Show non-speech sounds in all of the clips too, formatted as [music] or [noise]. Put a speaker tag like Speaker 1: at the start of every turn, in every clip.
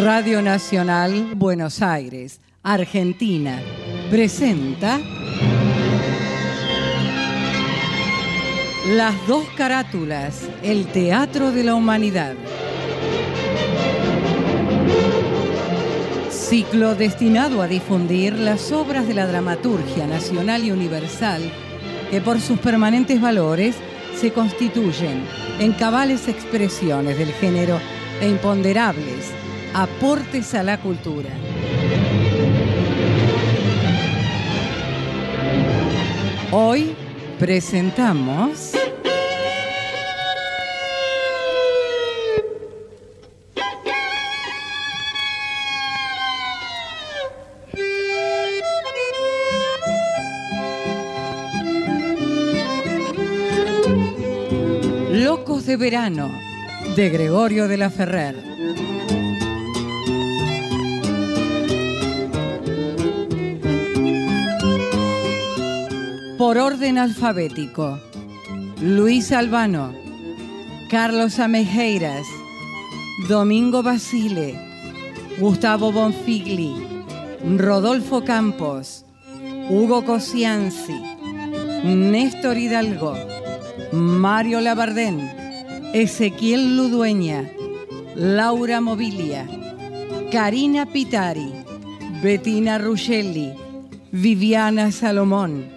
Speaker 1: Radio Nacional Buenos Aires, Argentina, presenta Las dos carátulas, el Teatro de la Humanidad. Ciclo destinado a difundir las obras de la dramaturgia nacional y universal que por sus permanentes valores se constituyen en cabales expresiones del género e imponderables Aportes a la Cultura. Hoy presentamos... Locos de Verano, de Gregorio de la Ferrer. por orden alfabético. Luis Albano, Carlos Amejeiras, Domingo Basile, Gustavo Bonfigli, Rodolfo Campos, Hugo Cosianzi, Néstor Hidalgo, Mario Labardén, Ezequiel Ludueña, Laura Mobilia, Karina Pitari, Bettina Rugelli, Viviana Salomón.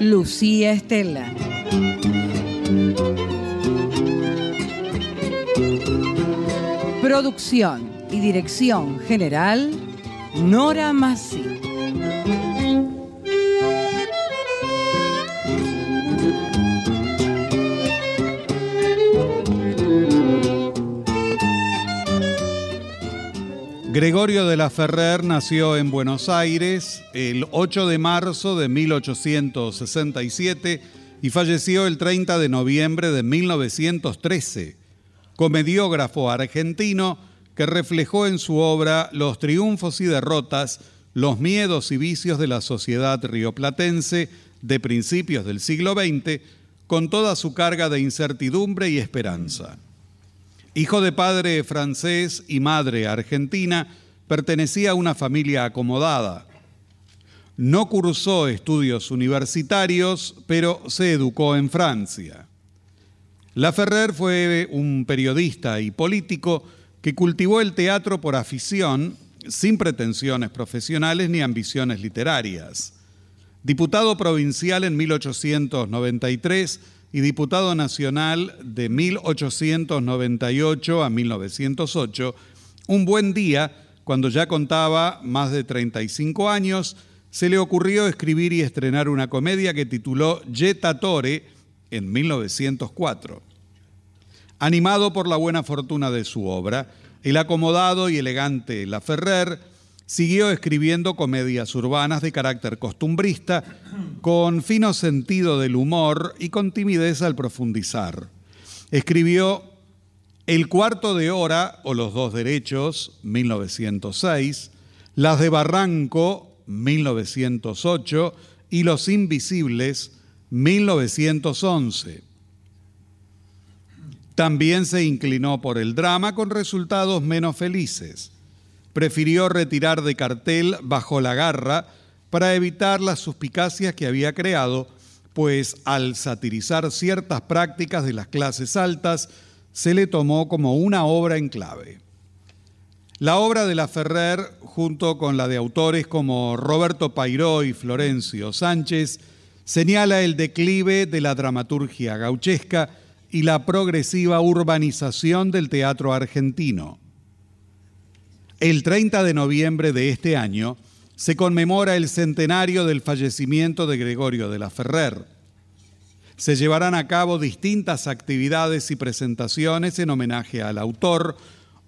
Speaker 1: Lucía Estela. Producción y dirección general, Nora Massi.
Speaker 2: Gregorio de la Ferrer nació en Buenos Aires el 8 de marzo de 1867 y falleció el 30 de noviembre de 1913. Comediógrafo argentino que reflejó en su obra los triunfos y derrotas, los miedos y vicios de la sociedad rioplatense de principios del siglo XX, con toda su carga de incertidumbre y esperanza. Hijo de padre francés y madre argentina, pertenecía a una familia acomodada. No cursó estudios universitarios, pero se educó en Francia. Laferrer fue un periodista y político que cultivó el teatro por afición, sin pretensiones profesionales ni ambiciones literarias. Diputado provincial en 1893, y diputado nacional de 1898 a 1908, un buen día, cuando ya contaba más de 35 años, se le ocurrió escribir y estrenar una comedia que tituló Jetatore en 1904. Animado por la buena fortuna de su obra, el acomodado y elegante Laferrer siguió escribiendo comedias urbanas de carácter costumbrista, con fino sentido del humor y con timidez al profundizar. Escribió El cuarto de hora o los dos derechos, 1906, Las de Barranco, 1908, y Los Invisibles, 1911. También se inclinó por el drama con resultados menos felices. Prefirió retirar de cartel bajo la garra para evitar las suspicacias que había creado, pues al satirizar ciertas prácticas de las clases altas, se le tomó como una obra en clave. La obra de la Ferrer, junto con la de autores como Roberto Pairó y Florencio Sánchez, señala el declive de la dramaturgia gauchesca y la progresiva urbanización del teatro argentino. El 30 de noviembre de este año se conmemora el centenario del fallecimiento de Gregorio de la Ferrer. Se llevarán a cabo distintas actividades y presentaciones en homenaje al autor,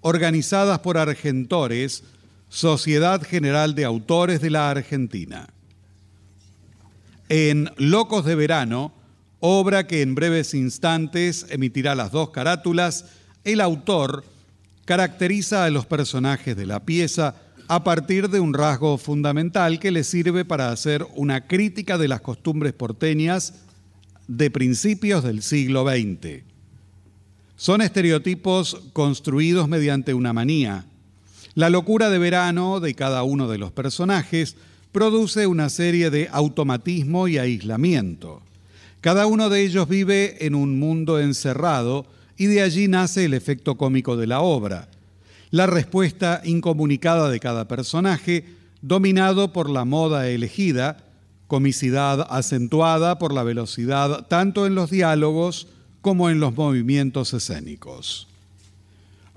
Speaker 2: organizadas por Argentores, Sociedad General de Autores de la Argentina. En Locos de Verano, obra que en breves instantes emitirá las dos carátulas, el autor caracteriza a los personajes de la pieza a partir de un rasgo fundamental que le sirve para hacer una crítica de las costumbres porteñas de principios del siglo XX. Son estereotipos construidos mediante una manía. La locura de verano de cada uno de los personajes produce una serie de automatismo y aislamiento. Cada uno de ellos vive en un mundo encerrado y de allí nace el efecto cómico de la obra. La respuesta incomunicada de cada personaje, dominado por la moda elegida, comicidad acentuada por la velocidad tanto en los diálogos, como en los movimientos escénicos.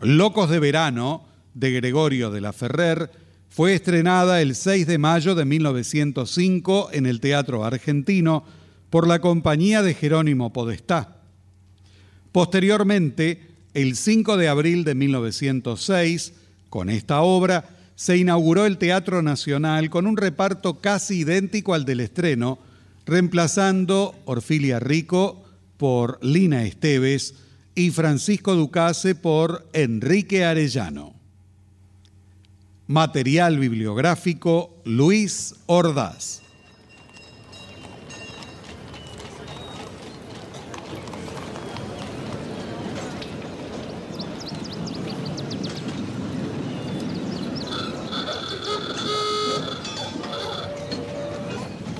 Speaker 2: Locos de Verano, de Gregorio de la Ferrer, fue estrenada el 6 de mayo de 1905 en el Teatro Argentino por la compañía de Jerónimo Podestá. Posteriormente, el 5 de abril de 1906, con esta obra, se inauguró el Teatro Nacional con un reparto casi idéntico al del estreno, reemplazando Orfilia Rico, por Lina Esteves y Francisco Ducase por Enrique Arellano. Material bibliográfico Luis Ordaz.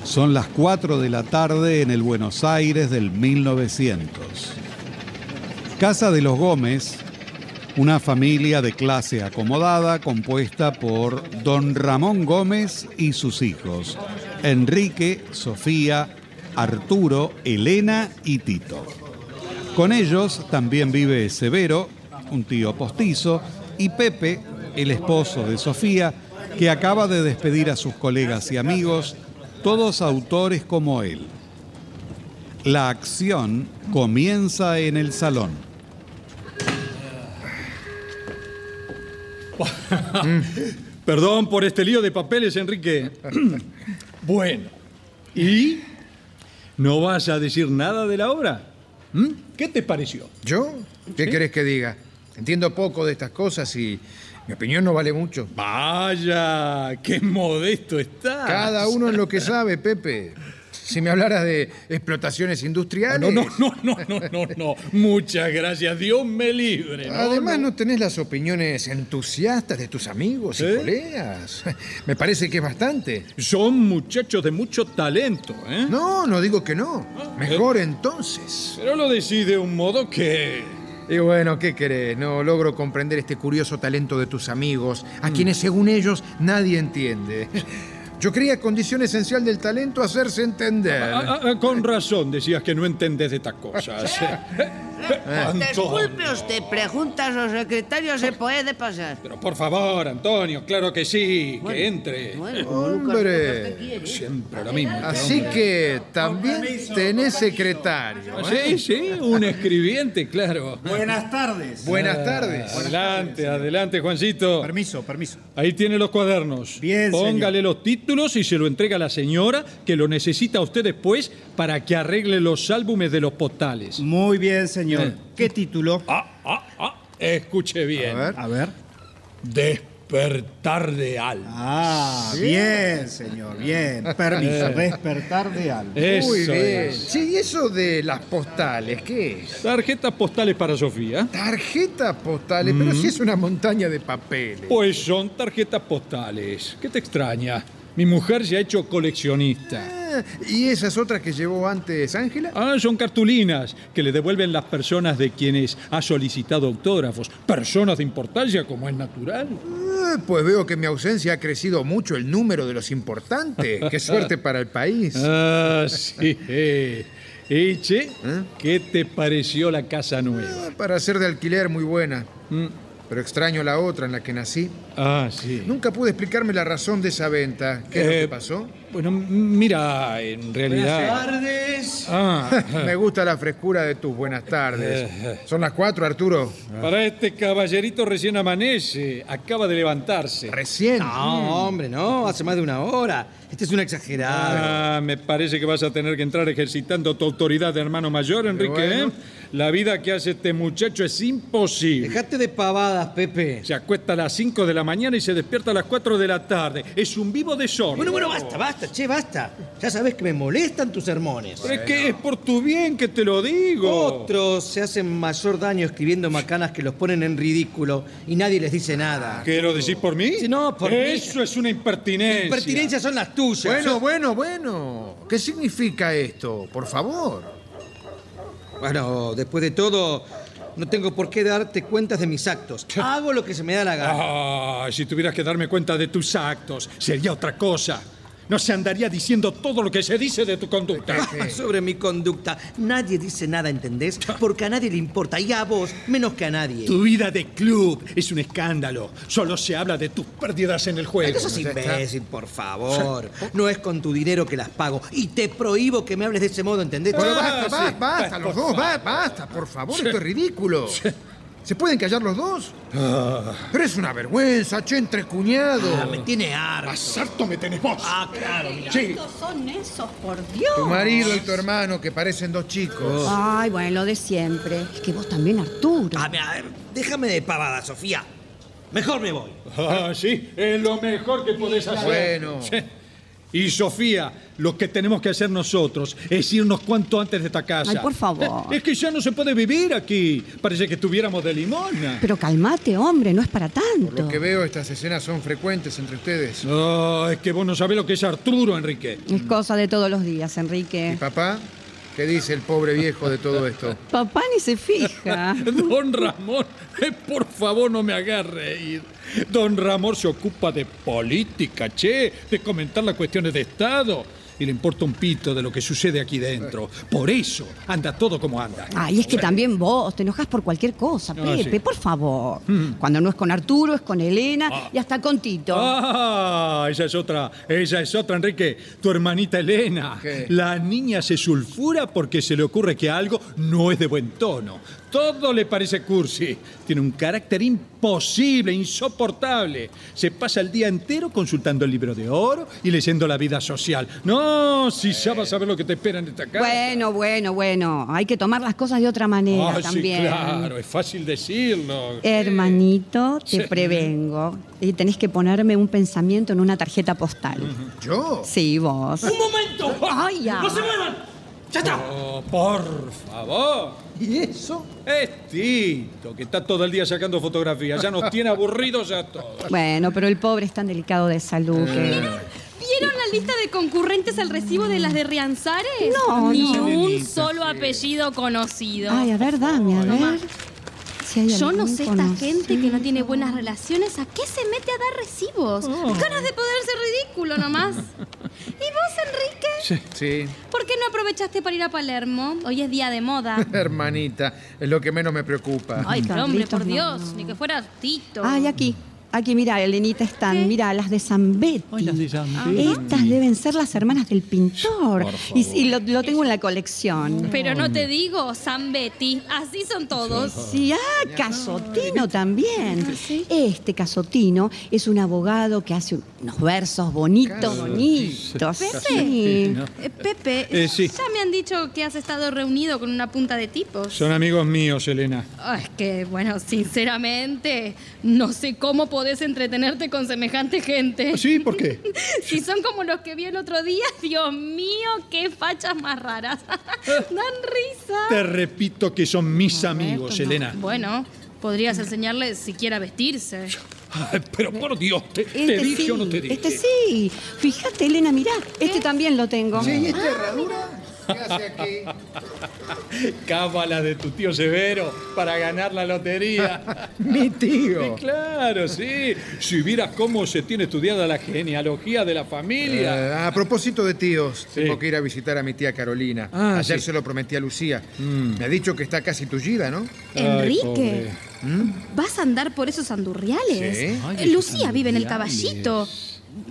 Speaker 2: Son las 4 de la tarde en el Buenos Aires del 1900. Casa de los Gómez, una familia de clase acomodada compuesta por don Ramón Gómez y sus hijos, Enrique, Sofía, Arturo, Elena y Tito. Con ellos también vive Severo, un tío postizo, y Pepe, el esposo de Sofía, que acaba de despedir a sus colegas y amigos todos autores como él. La acción comienza en el salón.
Speaker 3: [laughs] Perdón por este lío de papeles, Enrique. bueno, ¿y no vas a decir nada de la obra? ¿Mm? ¿Qué te pareció?
Speaker 4: ¿Yo? ¿Qué querés que diga? Entiendo poco de estas cosas y mi opinión no vale mucho.
Speaker 3: Vaya, qué modesto estás.
Speaker 4: Cada uno en lo que sabe, Pepe. Si me hablaras de explotaciones industriales.
Speaker 3: Ah, No, no, no, no, no, no, no. Muchas gracias. Dios me libre. ¿no?
Speaker 4: Además, no tenés las opiniones entusiastas de tus amigos y
Speaker 3: ¿Eh?
Speaker 4: colegas. [laughs] Me parece que es bastante.
Speaker 3: Son muchachos de mucho talento, ¿eh? Ah,
Speaker 4: No, no digo que no. Mejor entonces.
Speaker 3: Pero lo decís de un modo que...
Speaker 4: Y bueno, ¿qué querés? No logro comprender este curioso talento de tus amigos, a
Speaker 3: Mm.
Speaker 4: quienes según ellos nadie entiende. [laughs] Yo creía condición esencial del talento hacerse entender.
Speaker 3: Ah, ah, ah, con razón decías que no entendés de estas cosas.
Speaker 5: Desculpe
Speaker 3: Eh. Antonio.
Speaker 5: usted, preguntas ao secretario se pode pasar.
Speaker 3: Pero por favor, Antonio, claro que sí, que entre.
Speaker 4: Hombre,
Speaker 3: Siempre lo mismo.
Speaker 4: así que también tenés secretario. ¿eh?
Speaker 3: Sí, sí, un escribiente, claro.
Speaker 6: Buenas tardes.
Speaker 4: Buenas tardes.
Speaker 3: Adelante, adelante, Juancito.
Speaker 6: Permiso, permiso.
Speaker 3: Ahí tiene los cuadernos.
Speaker 6: Bien, señor.
Speaker 3: Póngale los títulos y se lo entrega a la señora, que lo necesita a usted después para que arregle los álbumes de los postales.
Speaker 6: Muy bien, señor.
Speaker 3: Eh.
Speaker 6: ¿Qué título?
Speaker 3: Ah, ah, ah. Escuche bien.
Speaker 4: A ver.
Speaker 6: A ver.
Speaker 3: despertar de alma.
Speaker 6: Ah, bien, señor, bien. Permiso, despertar de alma.
Speaker 3: Eso
Speaker 4: Muy bien.
Speaker 3: es.
Speaker 4: Sí, ¿y eso de las postales, ¿qué es?
Speaker 3: Tarjetas postales para Sofía.
Speaker 4: Tarjetas postales, pero
Speaker 3: Mm.
Speaker 4: si es una montaña de papeles.
Speaker 3: Pues son tarjetas postales. ¿Qué te extraña? Mi mujer se ha hecho coleccionista.
Speaker 4: Ah, ¿Y esas otras que llevó antes Ángela?
Speaker 3: Ah, son cartulinas que le devuelven las personas de quienes ha solicitado autógrafos. Personas de importancia, como es natural.
Speaker 4: Ah, Pues veo que en mi ausencia ha crecido mucho el número de los importantes.
Speaker 3: [laughs]
Speaker 4: Qué suerte para el país.
Speaker 3: Ah, sí. Y che,
Speaker 4: ¿Eh?
Speaker 3: ¿qué te pareció la casa nueva?
Speaker 4: Para ser de alquiler muy buena.
Speaker 3: Mm.
Speaker 4: Ah, Pero extraño la otra en la que nací.
Speaker 3: Ah, sí.
Speaker 4: Nunca pude explicarme la razón de esa venta. ¿Qué es lo
Speaker 3: Eh,
Speaker 4: que pasó?
Speaker 3: Bueno, m- mira, en realidad.
Speaker 6: tardes. [laughs]
Speaker 3: Ah,
Speaker 4: [laughs]
Speaker 3: Eh.
Speaker 4: Me gusta la frescura de tus buenas tardes. Son las cuatro, Arturo.
Speaker 3: para este caballerito recién amanece, acaba de levantarse.
Speaker 4: Recién.
Speaker 6: No, hombre, no, hace más de una hora. Este es un exagerado.
Speaker 3: Ah, me parece que vas a tener que entrar ejercitando tu autoridad de hermano mayor, Enrique.
Speaker 4: bueno.
Speaker 3: ¿eh? La vida que hace este muchacho es imposible.
Speaker 6: Dejate de pavadas, Pepe.
Speaker 3: Se acuesta a las 5 de la mañana y se despierta a las 4 de la tarde. Es un vivo desorden.
Speaker 6: Bueno, bueno, basta, basta, che, basta. Ya sabes que me molestan tus sermones.
Speaker 3: Pero es que es por tu bien que te lo digo.
Speaker 6: Otros se hacen mayor daño escribiendo macanas que los ponen en ridículo y nadie les dice nada.
Speaker 3: ¿Qué lo decís por mí?
Speaker 6: Sí, no, por mí.
Speaker 3: Eso es una impertinencia.
Speaker 6: Pertinencias son las tuyas.
Speaker 4: Bueno,
Speaker 6: Yo-
Speaker 4: bueno, bueno. ¿Qué significa esto? Por favor.
Speaker 6: bueno, después de todo, no tengo por qué darte cuentas de mis actos. Hago lo que se me da la gana.
Speaker 3: Ah, si tuvieras que darme cuenta de tus actos, sería otra cosa. No se andaría diciendo todo lo que se
Speaker 6: [laughs]
Speaker 4: Ah,
Speaker 3: dice de tu conducta.
Speaker 6: Sobre mi conducta, nadie dice nada, ¿entendés? Porque a nadie le importa, y a vos menos que a nadie.
Speaker 3: Tu vida de club es un escándalo. Solo se habla de tus pérdidas en el
Speaker 6: Ay,
Speaker 3: juego.
Speaker 6: no seas imbécil, por favor. No es con tu dinero que las pago. Y te prohíbo que me hables de ese modo, ¿entendés?
Speaker 4: Pero
Speaker 3: Ah,
Speaker 4: basta,
Speaker 3: sí.
Speaker 4: basta, basta, los
Speaker 3: Por
Speaker 4: dos, ba- basta, por favor, esto es ridículo. ¿Se pueden callar los dos?
Speaker 7: Ah.
Speaker 4: Pero es una vergüenza, che, entre cuñados.
Speaker 6: Ah, Me tiene harto.
Speaker 3: Sarto me tenés vos.
Speaker 6: Ah, claro, mirá.
Speaker 3: Sí.
Speaker 8: son esos, por Dios? Oh.
Speaker 4: Tu marido y tu hermano que parecen dos chicos.
Speaker 8: Ay, bueno, lo de siempre. Es que vos también, Arturo.
Speaker 6: Ah, mirá, a ver, déjame de pavada, Sofía. Mejor me voy.
Speaker 3: Ah, sí, es lo mejor que podés hacer.
Speaker 4: Bueno.
Speaker 3: Sí. Y Sofía, lo que tenemos que hacer nosotros es irnos cuanto antes de esta casa.
Speaker 8: Ay, por favor.
Speaker 3: Eh, Es que ya no se puede vivir aquí. Parece que estuviéramos de limona.
Speaker 8: Pero calmate, hombre, no es para
Speaker 4: Por
Speaker 8: tanto.
Speaker 4: lo que veo, estas escenas son frecuentes entre ustedes.
Speaker 3: No, Ah, es que vos no sabés lo que es Arturo, Enrique.
Speaker 8: Es cosa de todos los días,
Speaker 4: ¿Y
Speaker 8: Enrique.
Speaker 4: papá? ¿Qué dice el pobre viejo de todo esto?
Speaker 8: Papá ni se
Speaker 3: [laughs]
Speaker 8: fija.
Speaker 3: Don Ramón, eh, por favor no me haga reír. Don Ramón se ocupa de política, che, de comentar las cuestiones de Estado. Y le importa un pito de lo que sucede aquí dentro. Por eso anda todo como anda.
Speaker 8: Ay, es que también vos te enojas por cualquier cosa,
Speaker 3: No,
Speaker 8: Pepe,
Speaker 3: sí. Mm.
Speaker 8: por favor. Cuando no es con Arturo, es con Elena y hasta con Tito.
Speaker 3: Ah, esa es otra, ella es otra, Enrique. Tu hermanita Elena.
Speaker 4: ¿Qué?
Speaker 3: La niña se sulfura porque se le ocurre que algo no es de buen tono. Todo le parece cursi. Tiene un carácter imposible, insoportable. Se pasa el día entero consultando el libro de oro y leyendo la vida social. No, si ya vas a ver lo que te espera en esta casa.
Speaker 8: Bueno, bueno, bueno. Hay que tomar las cosas de otra manera
Speaker 3: Ah, sí,
Speaker 8: también.
Speaker 3: claro, es fácil decirlo.
Speaker 8: Hermanito, te
Speaker 3: Sí.
Speaker 8: prevengo. Y tenés que ponerme un pensamiento en una tarjeta postal.
Speaker 4: ¿Yo?
Speaker 8: Sí, vos.
Speaker 6: ¡Un momento!
Speaker 8: Ay, ya.
Speaker 6: ¡No se muevan! ¡Ya está!
Speaker 3: Oh, por favor.
Speaker 6: ¿Y eso?
Speaker 3: Es Tito, que está todo el día sacando fotografías. Ya nos tiene aburridos a todos. Eh,
Speaker 8: Bueno, pero el pobre es tan delicado de salud
Speaker 9: Eh.
Speaker 8: que...
Speaker 9: ¿Vieron la lista de concurrentes al recibo de las de Rianzares?
Speaker 8: No,
Speaker 9: Ni
Speaker 8: no.
Speaker 9: un solo apellido conocido.
Speaker 8: Ay, a ver, dame, a ver. Si hay
Speaker 9: Yo no
Speaker 8: algún
Speaker 9: sé esta
Speaker 8: conocido.
Speaker 9: gente que no tiene buenas relaciones, ¿a qué se mete a dar recibos?
Speaker 8: Oh.
Speaker 9: Ganas de poder ser ridículo nomás. ¿Y vos, Enrique?
Speaker 4: Sí. [laughs]
Speaker 9: ¿Por qué no aprovechaste para ir a Palermo? Hoy es día de moda.
Speaker 4: Hermanita, es lo que menos me preocupa.
Speaker 9: Ay, pero hombre, por
Speaker 8: Carlitos, no,
Speaker 9: Dios,
Speaker 8: no.
Speaker 9: ni que fuera Tito.
Speaker 8: Ay, aquí. Aquí, mira, Elenita están, mira, las de San Betty.
Speaker 9: ah.
Speaker 8: Estas deben ser las hermanas del pintor. Y, y lo, lo tengo en la colección.
Speaker 9: Pero no te digo, San Betty, así son todos.
Speaker 8: Sí, ah, Casotino también. Este Casotino es un abogado que hace un- unos versos bonitos,
Speaker 9: Claro.
Speaker 8: bonitos.
Speaker 9: Pepe,
Speaker 8: Sí.
Speaker 9: eh, Pepe,
Speaker 3: Eh, sí.
Speaker 9: ya me han dicho que has estado reunido con una punta de tipos.
Speaker 3: Son amigos míos, Elena.
Speaker 9: Ah, es que, bueno, sinceramente, no sé cómo podés entretenerte con semejante gente.
Speaker 3: Ah, ¿Sí? ¿Por qué?
Speaker 9: [laughs] Si son como los que vi el otro día, [laughs] Dios mío, qué fachas más raras. [laughs] Dan risa.
Speaker 3: Te repito que son mis amigos, Elena.
Speaker 9: Bueno, podrías enseñarle siquiera a vestirse.
Speaker 3: Ay, pero por Dios, ¿te, te
Speaker 8: Este
Speaker 3: dije
Speaker 8: sí,
Speaker 3: o no te dije?
Speaker 8: Este sí. Fíjate, Elena, mirá. Este también lo tengo.
Speaker 4: Sí, ¿y esta herradura? ¿Qué hace aquí?
Speaker 3: Cábala de tu tío Severo para ganar la lotería.
Speaker 4: [laughs] Mi
Speaker 3: Sí,
Speaker 4: tío.
Speaker 3: claro, sí. Si vieras cómo se tiene estudiada la genealogía de la familia.
Speaker 4: Eh, a propósito de tíos,
Speaker 3: Sí.
Speaker 4: tengo que ir a visitar a mi tía Carolina.
Speaker 3: Ah,
Speaker 4: Ayer
Speaker 3: sí.
Speaker 4: se lo prometí a Lucía. Me ha dicho que está casi tullida, ¿no? ¿Mm?
Speaker 3: Ay,
Speaker 9: Enrique,
Speaker 3: pobre.
Speaker 9: ¿vas a andar por esos andurriales?
Speaker 4: Sí.
Speaker 3: Ay,
Speaker 9: Eh,
Speaker 3: esos
Speaker 9: Lucía vive en el
Speaker 3: andurriales.
Speaker 9: caballito.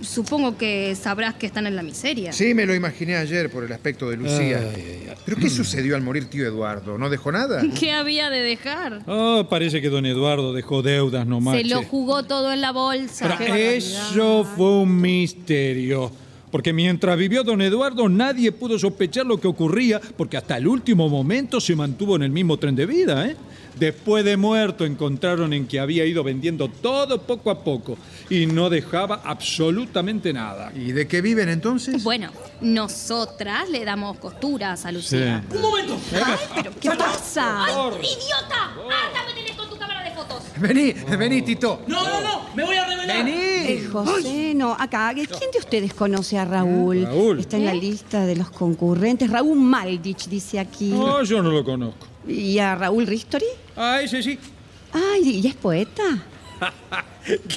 Speaker 9: Supongo que sabrás que están en la miseria.
Speaker 4: Sí, me lo imaginé ayer por el aspecto de Lucía.
Speaker 3: Ay, ay, ay.
Speaker 4: ¿Pero qué sucedió al morir tío Eduardo? ¿No dejó nada?
Speaker 9: [laughs] ¿Qué había de dejar?
Speaker 3: Oh, parece que don Eduardo dejó deudas nomás.
Speaker 9: Se lo
Speaker 3: che.
Speaker 9: jugó todo en la bolsa.
Speaker 3: Pero eso fue un misterio. Porque mientras vivió don Eduardo nadie pudo sospechar lo que ocurría porque hasta el último momento se mantuvo en el mismo tren de vida. ¿eh? Después de muerto encontraron en que había ido vendiendo todo poco a poco y no dejaba absolutamente nada.
Speaker 4: ¿Y de qué viven entonces?
Speaker 9: Bueno, nosotras le damos costuras a Lucía.
Speaker 3: Sí.
Speaker 8: Ay, pero ¿qué pasa?
Speaker 9: ¡Idiota!
Speaker 10: Ah,
Speaker 9: ¡Anda, métele con tu cámara de fotos!
Speaker 4: Vení, vení, Tito.
Speaker 7: No, no, no, me voy a revelar.
Speaker 8: Eh, José, no, acá, ¿quién de ustedes conoce a Raúl?
Speaker 3: Raúl.
Speaker 8: Está en la lista de los concurrentes. Raúl Maldich dice aquí.
Speaker 3: No, yo no lo conozco.
Speaker 8: ¿Y a Raúl Ristori?
Speaker 3: Ah, ese sí. Ah,
Speaker 8: Ay, ¿y es poeta?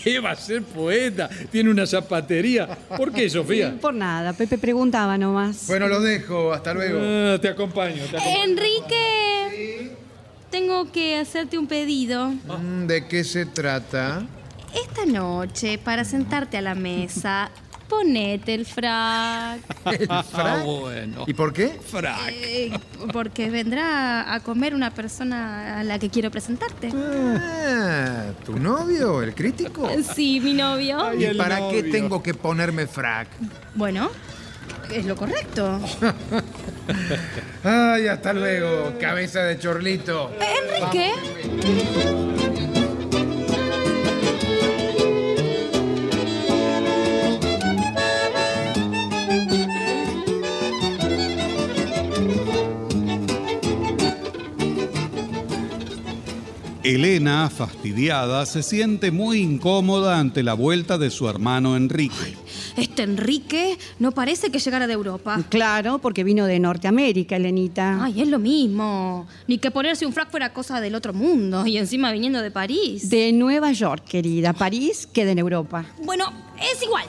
Speaker 3: ¿Qué va a ser poeta? Tiene una zapatería. ¿Por qué, Sofía?
Speaker 8: Por nada, Pepe preguntaba nomás.
Speaker 4: Bueno, los dejo. Hasta luego.
Speaker 3: Ah, te acompaño. Te acompaño.
Speaker 9: Enrique, tengo que hacerte un pedido.
Speaker 4: Mm, ¿De qué se
Speaker 3: [laughs]
Speaker 4: trata?
Speaker 9: Esta noche, para sentarte a la
Speaker 3: [laughs]
Speaker 9: mesa, ponete el frac.
Speaker 4: ¿El
Speaker 3: Ah,
Speaker 4: frac?
Speaker 3: bueno.
Speaker 4: ¿Y por qué?
Speaker 3: Frac.
Speaker 9: Eh, porque vendrá a comer una persona a la que quiero presentarte.
Speaker 4: Ah, ¿Tu novio, el crítico?
Speaker 9: Sí, mi novio.
Speaker 3: Ay,
Speaker 4: ¿Y
Speaker 3: el
Speaker 4: para qué
Speaker 3: novio.
Speaker 4: tengo que ponerme frac?
Speaker 9: Bueno, es lo correcto.
Speaker 4: Ay, hasta luego, cabeza de chorlito.
Speaker 8: Eh.
Speaker 9: Enrique.
Speaker 2: Elena, fastidiada, se siente muy incómoda ante la vuelta de su hermano Enrique.
Speaker 9: Este Enrique no parece que llegara de Europa.
Speaker 8: Claro, porque vino de Norteamérica, Elenita.
Speaker 9: Ay, es lo mismo. Ni que ponerse un frac fuera cosa del otro mundo. Y encima viniendo de París.
Speaker 8: De Nueva York, querida. París queda en Europa.
Speaker 9: Bueno, es igual.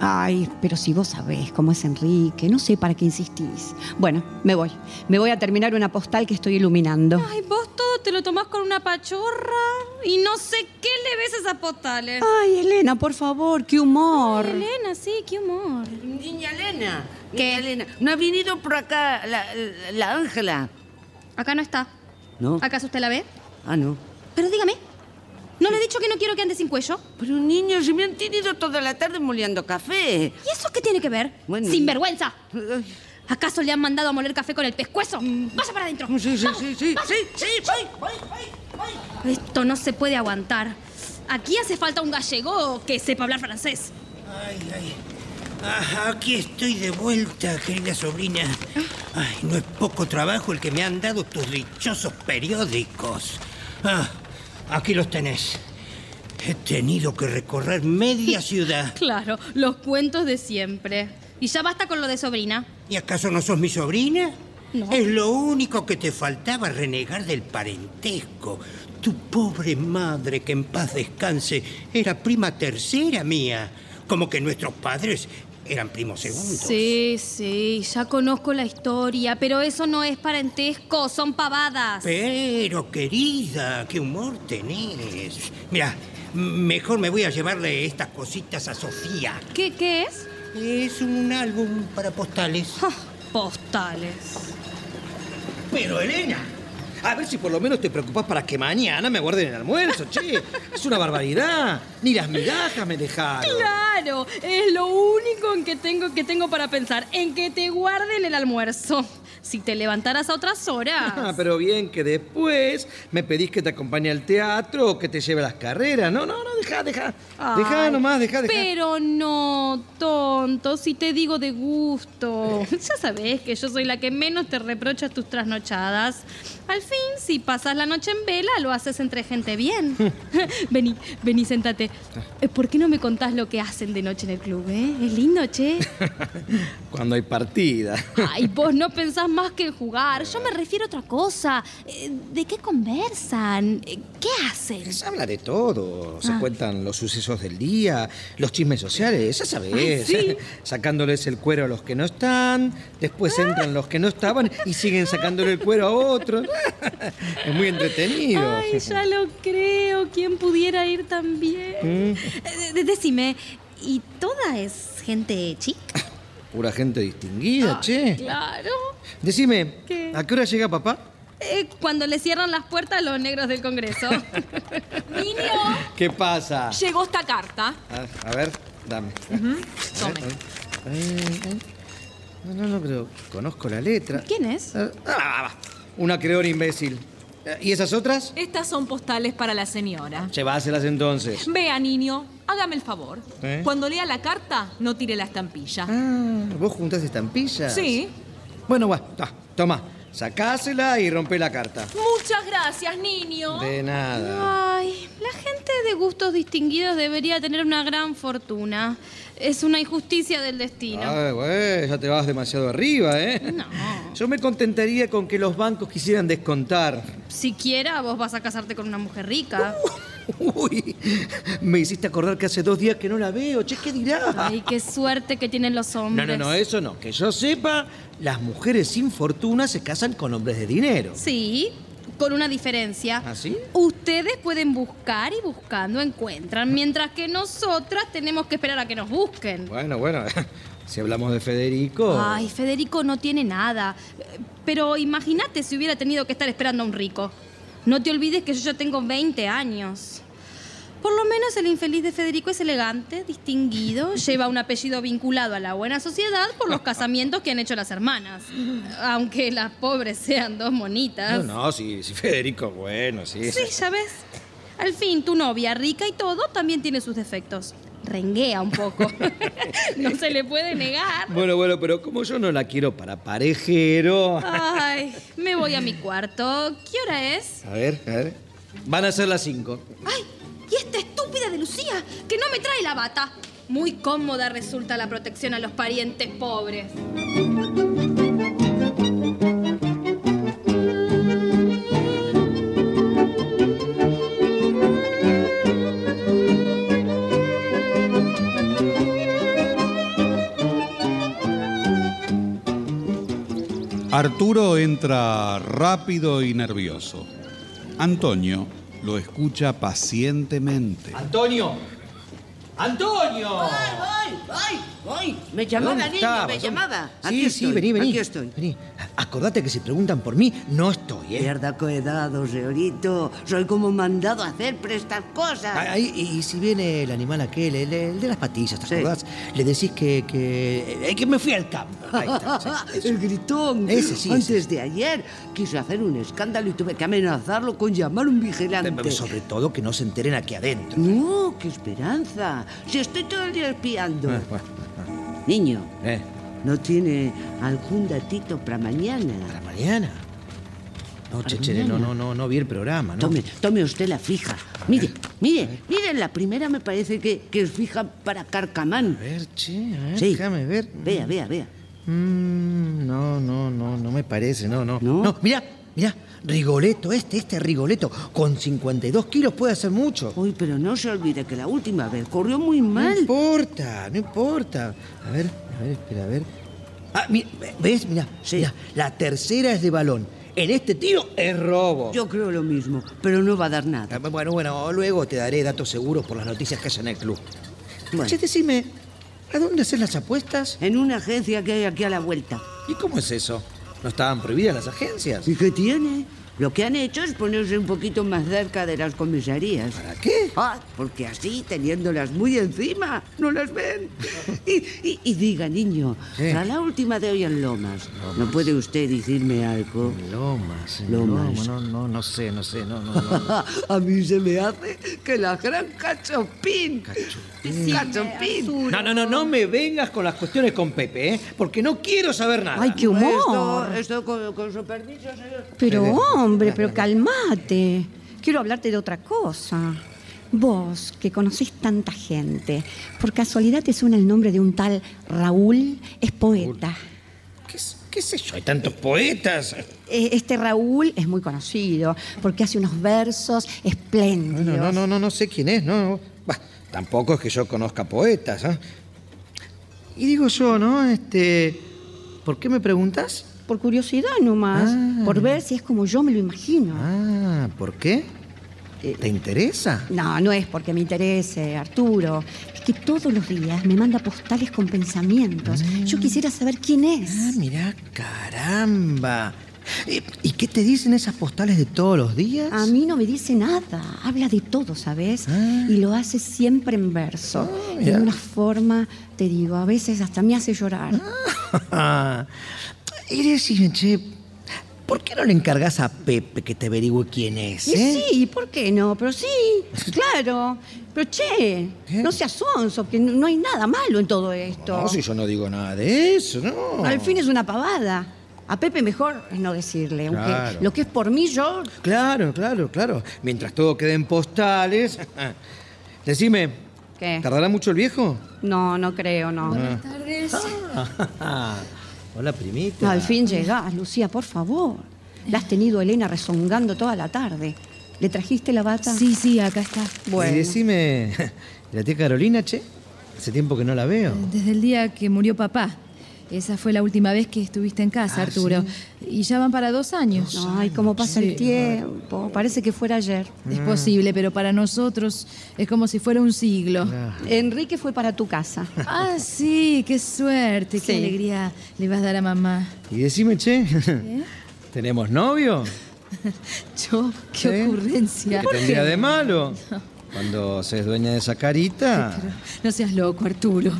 Speaker 8: Ay, pero si vos sabés cómo es Enrique, no sé para qué insistís. Bueno, me voy. Me voy a terminar una postal que estoy iluminando.
Speaker 9: Ay, vos todo te lo tomás con una pachorra. Y no sé qué le ves a esas postales.
Speaker 8: Ay, Elena, por favor, qué humor.
Speaker 9: Elena, sí, qué humor.
Speaker 5: Niña Elena.
Speaker 9: ¿Qué?
Speaker 5: Niña Elena. ¿No ha venido por acá la- la Ángela?
Speaker 9: Acá no está.
Speaker 5: ¿No?
Speaker 9: ¿Acaso usted la ve?
Speaker 5: Ah, no.
Speaker 9: Pero dígame, ¿no le he dicho que no quiero que ande sin cuello?
Speaker 5: Pero niños, si me han tenido toda la tarde moleando café.
Speaker 9: ¿Y eso qué tiene que ver?
Speaker 5: Bueno.
Speaker 9: ¡Sin vergüenza!
Speaker 5: Ay, Mm.
Speaker 9: ¿Acaso le han mandado a moler café con el pescuezo? ¡Vaya para adentro!
Speaker 5: Sí, sí, sí, sí, sí, sí, voy, voy, voy, voy.
Speaker 9: Esto no se puede aguantar. Aquí hace falta un gallego que sepa hablar francés.
Speaker 7: Ay, ay. Ah, aquí estoy de vuelta, querida sobrina. Ay, no es poco trabajo el que me han dado tus dichosos periódicos. Ah, aquí los tenés. He tenido que recorrer media ciudad.
Speaker 9: Claro, los cuentos de siempre. Y ya basta con lo de sobrina.
Speaker 7: ¿Y acaso no sos mi sobrina?
Speaker 9: No.
Speaker 7: Es lo único que te faltaba renegar del parentesco. Tu pobre madre, que en paz descanse, era prima tercera mía. Como que nuestros padres eran primos segundos.
Speaker 9: Sí, sí, ya conozco la historia, pero eso no es parentesco, son pavadas.
Speaker 7: Pero, querida, qué humor tenés. Mira, mejor me voy a llevarle estas cositas a Sofía.
Speaker 9: ¿Qué, qué es?
Speaker 7: Es un álbum para postales.
Speaker 9: Ah, Postales.
Speaker 7: Pero, Elena,
Speaker 6: A ver si por lo menos te preocupas para que mañana me guarden el almuerzo, che. Es una barbaridad. Ni las migajas me dejaron.
Speaker 9: Claro, es lo único en que tengo que tengo para pensar, en que te guarden el almuerzo. Si te levantaras a otras horas.
Speaker 6: Ah, pero bien que después me pedís que te acompañe al teatro o que te lleve a las carreras. No, no, no, deja, deja. Deja
Speaker 9: Ay,
Speaker 6: nomás, deja, deja.
Speaker 9: Pero no, tonto, si te digo de
Speaker 6: [laughs]
Speaker 9: gusto. Ya sabes que yo soy la que menos te reprocha tus trasnochadas. Al fin, si pasas la noche en vela, lo haces entre gente
Speaker 6: [laughs]
Speaker 9: bien. [laughs] vení, vení, sentate.
Speaker 6: Ah.
Speaker 9: Eh, ¿Por qué no me contás lo que hacen de noche en el club, eh? Es lindo,
Speaker 6: [laughs]
Speaker 9: che.
Speaker 6: Cuando hay partida.
Speaker 9: Ay, vos no pensás más que en jugar. Yo me refiero a otra cosa. Eh, ¿De qué conversan? Eh, ¿Qué hacen?
Speaker 6: Se habla de todo. Se
Speaker 9: Ah.
Speaker 6: cuentan los sucesos del día, los chismes sociales, ya sabés.
Speaker 9: Ay, sí.
Speaker 6: [laughs] Sacándoles el cuero a los que no están, después entran los que no estaban y siguen sacándole el cuero a otros. [laughs] Es muy entretenido.
Speaker 9: Ay, ya lo creo. ¿Quién pudiera ir también?
Speaker 6: Mm,
Speaker 9: Eh, de- Decime, ¿y toda es gente chica?
Speaker 6: Pura gente distinguida, che.
Speaker 9: Claro.
Speaker 6: Decime,
Speaker 9: ¿Qué?
Speaker 6: ¿a qué hora llega papá?
Speaker 9: Eh, cuando le cierran las puertas a los negros del
Speaker 6: [laughs]
Speaker 9: Congreso.
Speaker 10: Niño,
Speaker 6: ¿Qué pasa?
Speaker 10: llegó esta carta.
Speaker 6: A, a ver, dame.
Speaker 10: Ujú,
Speaker 6: A ver,
Speaker 10: Tome.
Speaker 6: a ver. Eh, eh. No, no, no, pero conozco la letra.
Speaker 10: ¿Quién es?
Speaker 6: Ah, ah, va. un acreedor imbécil. Eh, ¿Y esas otras?
Speaker 10: Estas son postales para la señora.
Speaker 6: Lleváselas entonces.
Speaker 10: Vea, niño, hágame el favor.
Speaker 6: ¿Eh? Ah.
Speaker 10: Cuando lea la carta, no tire la estampilla.
Speaker 6: ¿Vos juntás estampillas?
Speaker 10: Sí.
Speaker 6: Bueno, va, ta, toma. Sacásela y rompé la carta.
Speaker 10: Muchas gracias, niño.
Speaker 6: De nada.
Speaker 9: Ay, la gente de gustos distinguidos debería tener una gran fortuna. Es una injusticia del destino.
Speaker 6: Ay, güey, ya te vas demasiado arriba, ¿eh? No. Yo me contentaría con que los bancos quisieran descontar.
Speaker 9: Siquiera vos vas a casarte con una mujer rica.
Speaker 6: Me hiciste acordar que hace dos días que no la veo. Che, ¿qué dirá?
Speaker 9: Ay, qué suerte que tienen los
Speaker 6: No,
Speaker 9: hombres.
Speaker 6: no, no, eso no. Que yo sepa, las mujeres sin fortuna se casan con hombres de dinero.
Speaker 9: Sí, con una diferencia.
Speaker 6: ¿Ah, sí?
Speaker 9: Ustedes pueden buscar y buscando encuentran, mientras que nosotras tenemos que esperar a que nos busquen.
Speaker 6: Bueno, bueno, [laughs] si hablamos de Federico.
Speaker 9: Ay, Federico no tiene nada. Eh, Pero imagínate si hubiera tenido que estar esperando a un rico. No te olvides que yo ya tengo 20 años. Por lo menos el infeliz de Federico es elegante, distinguido, lleva un apellido vinculado a la buena sociedad por los casamientos que han hecho las hermanas. Aunque las pobres sean dos monitas.
Speaker 6: No, no, sí, sí, Federico, bueno, sí.
Speaker 9: Sí, ya ves. Al fin, tu novia, rica y todo, también tiene sus defectos. Renguea un poco. [laughs] no se le puede negar.
Speaker 6: Bueno, bueno, pero como yo no la quiero para parejero.
Speaker 9: Ay, me voy a mi cuarto. ¿Qué hora es?
Speaker 6: A ver, a ver. Van a ser las cinco.
Speaker 9: Y esta estúpida de Lucía, que no me trae la bata. Muy cómoda resulta la protección a los parientes pobres.
Speaker 2: Arturo entra rápido y nervioso. Antonio lo escucha pacientemente.
Speaker 6: Este. Antonio. Antonio.
Speaker 5: ¡Ay, ay, ay! Me
Speaker 6: ¿Dónde
Speaker 5: llamaba, niño,
Speaker 6: estabas,
Speaker 5: me
Speaker 6: hombre?
Speaker 5: llamaba.
Speaker 6: Sí,
Speaker 5: Aquí
Speaker 6: sí,
Speaker 5: estoy,
Speaker 6: vení, vení.
Speaker 5: Aquí estoy.
Speaker 6: Vení. A- Acordate que si preguntan por mí, no estoy, ¿eh?
Speaker 5: Pierda coedado, señorito. Soy como mandado a hacer por estas cosas.
Speaker 6: Ah, ahí, y, y si viene el animal aquel, el, el de las patillas, ¿te acordás? Le decís que, que, eh, que me fui al campo. Ahí está, sí.
Speaker 5: [laughs] El gritón.
Speaker 6: Ese sí,
Speaker 5: Antes
Speaker 6: ese
Speaker 5: de ayer quiso hacer un escándalo y tuve que amenazarlo con llamar un vigilante.
Speaker 6: Pero Sobre todo que no se enteren aquí adentro.
Speaker 5: No, Oh, qué esperanza. Si estoy todo el día espiando.
Speaker 6: Ah, bueno,
Speaker 5: Niño,
Speaker 6: eh.
Speaker 5: ¿no tiene algún datito para mañana? ¿Para
Speaker 6: mañana? No, che, che, no, no, no, no vi el programa, ¿no? Eh,
Speaker 5: Tome, tome usted la fija. Mire, mire, mire, la primera me parece que, que es fija para Carcamán. A
Speaker 6: ver, che, a ver,
Speaker 5: sí.
Speaker 6: déjame ver.
Speaker 5: Vea, vea, vea.
Speaker 6: Mm, no, no, no, no me parece, no, no. No, mirá, mirá, Rigoleto, este, este Rigoleto, con 52 kilos puede hacer mucho.
Speaker 5: Uy, pero no se olvide que la última vez corrió muy
Speaker 6: No
Speaker 5: mal.
Speaker 6: importa, no importa. A ver, a ver, espera, a ver. Ah, mi- ¿ves? Mirá, mirá, la tercera es de balón. En este tiro es robo.
Speaker 5: Yo creo lo mismo, pero no va a dar nada.
Speaker 6: Ah, Bueno, bueno, luego te daré datos seguros por las noticias que hay en el club.
Speaker 5: Bueno.
Speaker 6: Che, decime, ¿a dónde haces las apuestas?
Speaker 5: En una agencia que hay aquí a la vuelta.
Speaker 6: ¿Y cómo es eso? ¿No estaban prohibidas las agencias?
Speaker 5: ¿Y qué tiene? Lo que han hecho es ponerse un poquito más cerca de las comisarías. ¿Para
Speaker 6: qué?
Speaker 5: Ah, porque así, teniéndolas muy encima, no las ven. [laughs] Y, y- y diga, niño,
Speaker 6: ¿Qué?
Speaker 5: a la última de hoy en Lomas, [laughs] ¿no puede usted decirme algo?
Speaker 6: Lomas, en
Speaker 5: Lomas.
Speaker 6: Lomas, No, no, no sé, no sé, no, no. no.
Speaker 5: a mí se me hace que la gran cachopín.
Speaker 6: Cachopín.
Speaker 5: Cachopín.
Speaker 6: No, no, no, no me vengas con las cuestiones con Pepe, ¿eh? porque no quiero saber nada.
Speaker 5: Esto, esto con, con su permiso, señor.
Speaker 8: Pero
Speaker 6: Fede.
Speaker 8: hombre, pero calmate. Quiero hablarte de otra cosa. Vos, que conocés tanta gente, por casualidad te suena el nombre de un tal Raúl, es poeta.
Speaker 6: ¿Qué, s- qué sé yo? Hay tantos poetas.
Speaker 8: Eh, Este Raúl es muy conocido porque hace unos versos espléndidos.
Speaker 6: No, no, no, no, no sé quién es, no. no. Bah, tampoco es que yo conozca poetas, ¿ah? Y digo yo, ¿no? Este. ¿Por qué me preguntas?
Speaker 8: Por curiosidad nomás, por ver si es como yo me lo imagino. Eh,
Speaker 6: Ah, ¿por qué? ¿Te interesa?
Speaker 8: No, no es porque me interese, Arturo. Es que todos los días me manda postales con pensamientos. Yo quisiera saber quién es. Ah,
Speaker 6: Ah. mirá, Caramba. ¿Y, y qué te dicen esas postales de todos los días?
Speaker 8: A mí no me dice nada, habla de todo, ¿sabes? Y lo hace siempre en verso. y de
Speaker 6: Ah. mira.
Speaker 8: una forma, te digo, a veces hasta me hace llorar.
Speaker 6: [laughs] Ah, y decime, che, ¿por qué no le encargas a Pepe que te averigüe quién es?
Speaker 8: Y
Speaker 6: eh?
Speaker 8: sí, ¿por qué no? Pero
Speaker 6: [laughs]
Speaker 8: sí, claro. Pero che, no seas onzo, que no no hay nada malo en todo esto.
Speaker 6: No, si yo no digo nada de eso, ¿no?
Speaker 8: Al fin es una pavada. A Pepe mejor es no decirle, aunque
Speaker 6: Claro.
Speaker 8: lo que es por mí yo...
Speaker 6: Claro, claro, claro. Mientras todo quede en postales. [laughs] Decime,
Speaker 8: ¿Qué?
Speaker 6: ¿tardará mucho el viejo?
Speaker 8: No, no creo, no.
Speaker 6: Buenas
Speaker 8: tardes.
Speaker 6: [laughs] Hola, primita.
Speaker 8: Al fin llegás, Lucía, por favor. La has tenido a Elena rezongando toda la tarde. ¿Le trajiste la bata? Sí, sí, acá está.
Speaker 6: Y
Speaker 8: Bueno.
Speaker 6: [laughs] decime, ¿y la tía Carolina, che? Hace tiempo que no la veo.
Speaker 11: Desde el día que murió papá. Esa fue la última vez que estuviste en casa,
Speaker 8: Ah,
Speaker 11: Arturo. Y ya van para dos años.
Speaker 8: Ay, cómo pasa el tiempo. Parece que fuera ayer.
Speaker 11: Es posible, pero para nosotros es como si fuera un siglo.
Speaker 8: Enrique fue para tu casa.
Speaker 11: Ah, sí, qué suerte, qué
Speaker 8: Sí.
Speaker 11: alegría le vas a dar a mamá.
Speaker 6: Y decime, che, [laughs] ¿tenemos novio?
Speaker 11: Yo, qué
Speaker 6: ¿Eh?
Speaker 11: ocurrencia.
Speaker 6: ¿Qué tendría de malo? [laughs] Cuando se es dueña de esa carita.
Speaker 11: No seas loco, Arturo.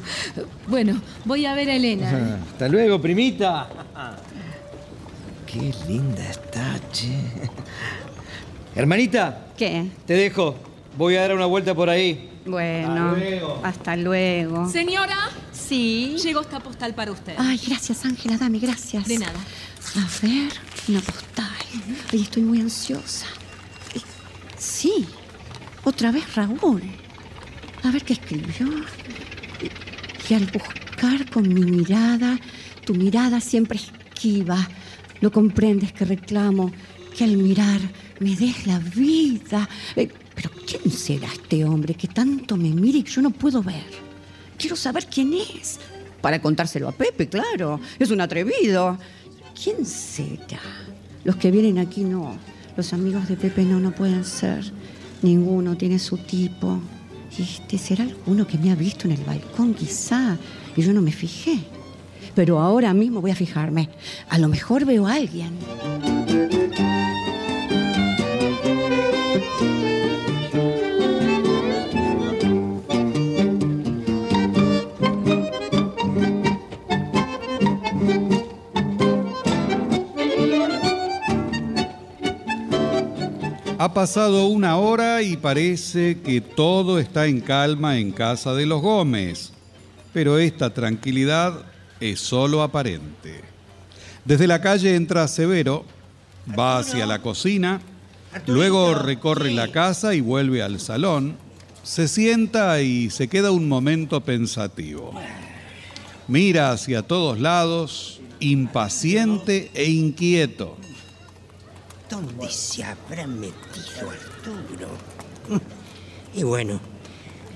Speaker 11: Bueno, voy a ver a Elena.
Speaker 6: [laughs] Hasta luego, primita. Qué linda está, che. Hermanita,
Speaker 8: ¿Qué?
Speaker 6: te dejo. Voy a dar una vuelta por ahí.
Speaker 8: Bueno.
Speaker 6: Hasta luego.
Speaker 8: Hasta luego.
Speaker 10: Señora.
Speaker 8: Sí.
Speaker 10: Llegó esta postal para usted.
Speaker 8: Ay, gracias, Ángela, dame, gracias.
Speaker 10: De nada.
Speaker 8: A ver, una postal. Ay, estoy muy ansiosa. Eh, Sí, otra vez Raúl. A ver qué escribió. Y- Y al buscar con mi mirada, tu mirada siempre esquiva. No comprendes que reclamo, que al mirar me des la vida. Eh, Pero ¿quién será este hombre que tanto me mira y que yo no puedo ver? Quiero saber quién es. Para contárselo a Pepe, claro. Es un atrevido. ¿Quién será? Los que vienen aquí no. Los amigos de Pepe no, no pueden ser. Ninguno tiene su tipo. Este será alguno que me ha visto en el balcón, quizá, y yo no me fijé. Pero ahora mismo voy a fijarme. A lo mejor veo a alguien.
Speaker 12: Ah,
Speaker 2: Ha pasado una hora y parece que todo está en calma en casa de los Gómez, pero esta tranquilidad es solo aparente. Desde la calle entra Severo, va hacia la cocina, luego recorre la casa y vuelve al salón, se sienta y se queda un momento pensativo. Mira hacia todos lados, impaciente e inquieto.
Speaker 7: ¿Dónde se habrá metido Arturo? [laughs] Y bueno,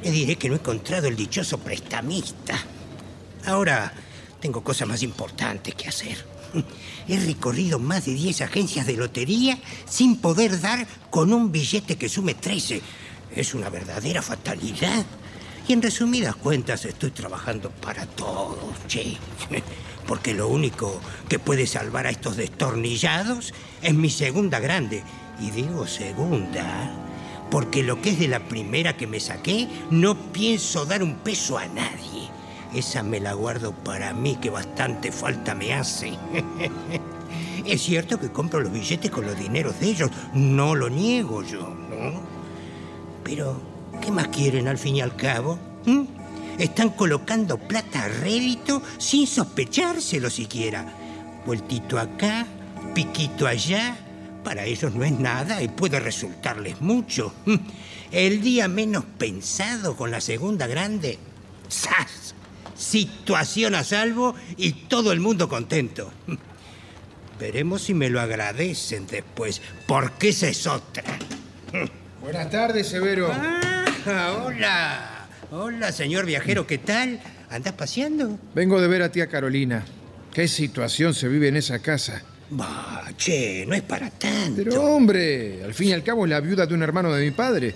Speaker 7: le diré que no he encontrado el dichoso prestamista. Ahora tengo cosas más importantes que hacer. [laughs] He recorrido más de 10 agencias de lotería sin poder dar con un billete que sume 13. Es una verdadera fatalidad. Y en resumidas cuentas estoy trabajando para todos, che. [laughs] porque lo único que puede salvar a estos destornillados es mi segunda grande. Y digo segunda, porque lo que es de la primera que me saqué, no pienso dar un peso a nadie. Esa me la guardo para mí, que bastante falta me hace. [laughs] es cierto que compro los billetes con los dineros de ellos, no lo niego yo, ¿no? Pero, ¿qué más quieren al fin y al cabo? ¿Mm? Están colocando plata a rédito sin sospechárselo siquiera. Vueltito acá, piquito allá. Para ellos no es nada y puede resultarles mucho. ¿Mm? El día menos pensado con la segunda grande, ¡zas! Situación a salvo y todo el mundo contento. ¿Mm? Veremos si me lo agradecen después, porque esa es otra.
Speaker 4: Buenas tardes, Severo.
Speaker 7: Ah, [laughs] hola. Hola, señor viajero, ¿qué tal? ¿Andás paseando?
Speaker 4: Vengo de ver a tía Carolina. ¿Qué situación se vive en esa casa?
Speaker 7: Bah, che, no es para tanto.
Speaker 4: Pero hombre, al fin y al cabo es la viuda de un hermano de mi padre.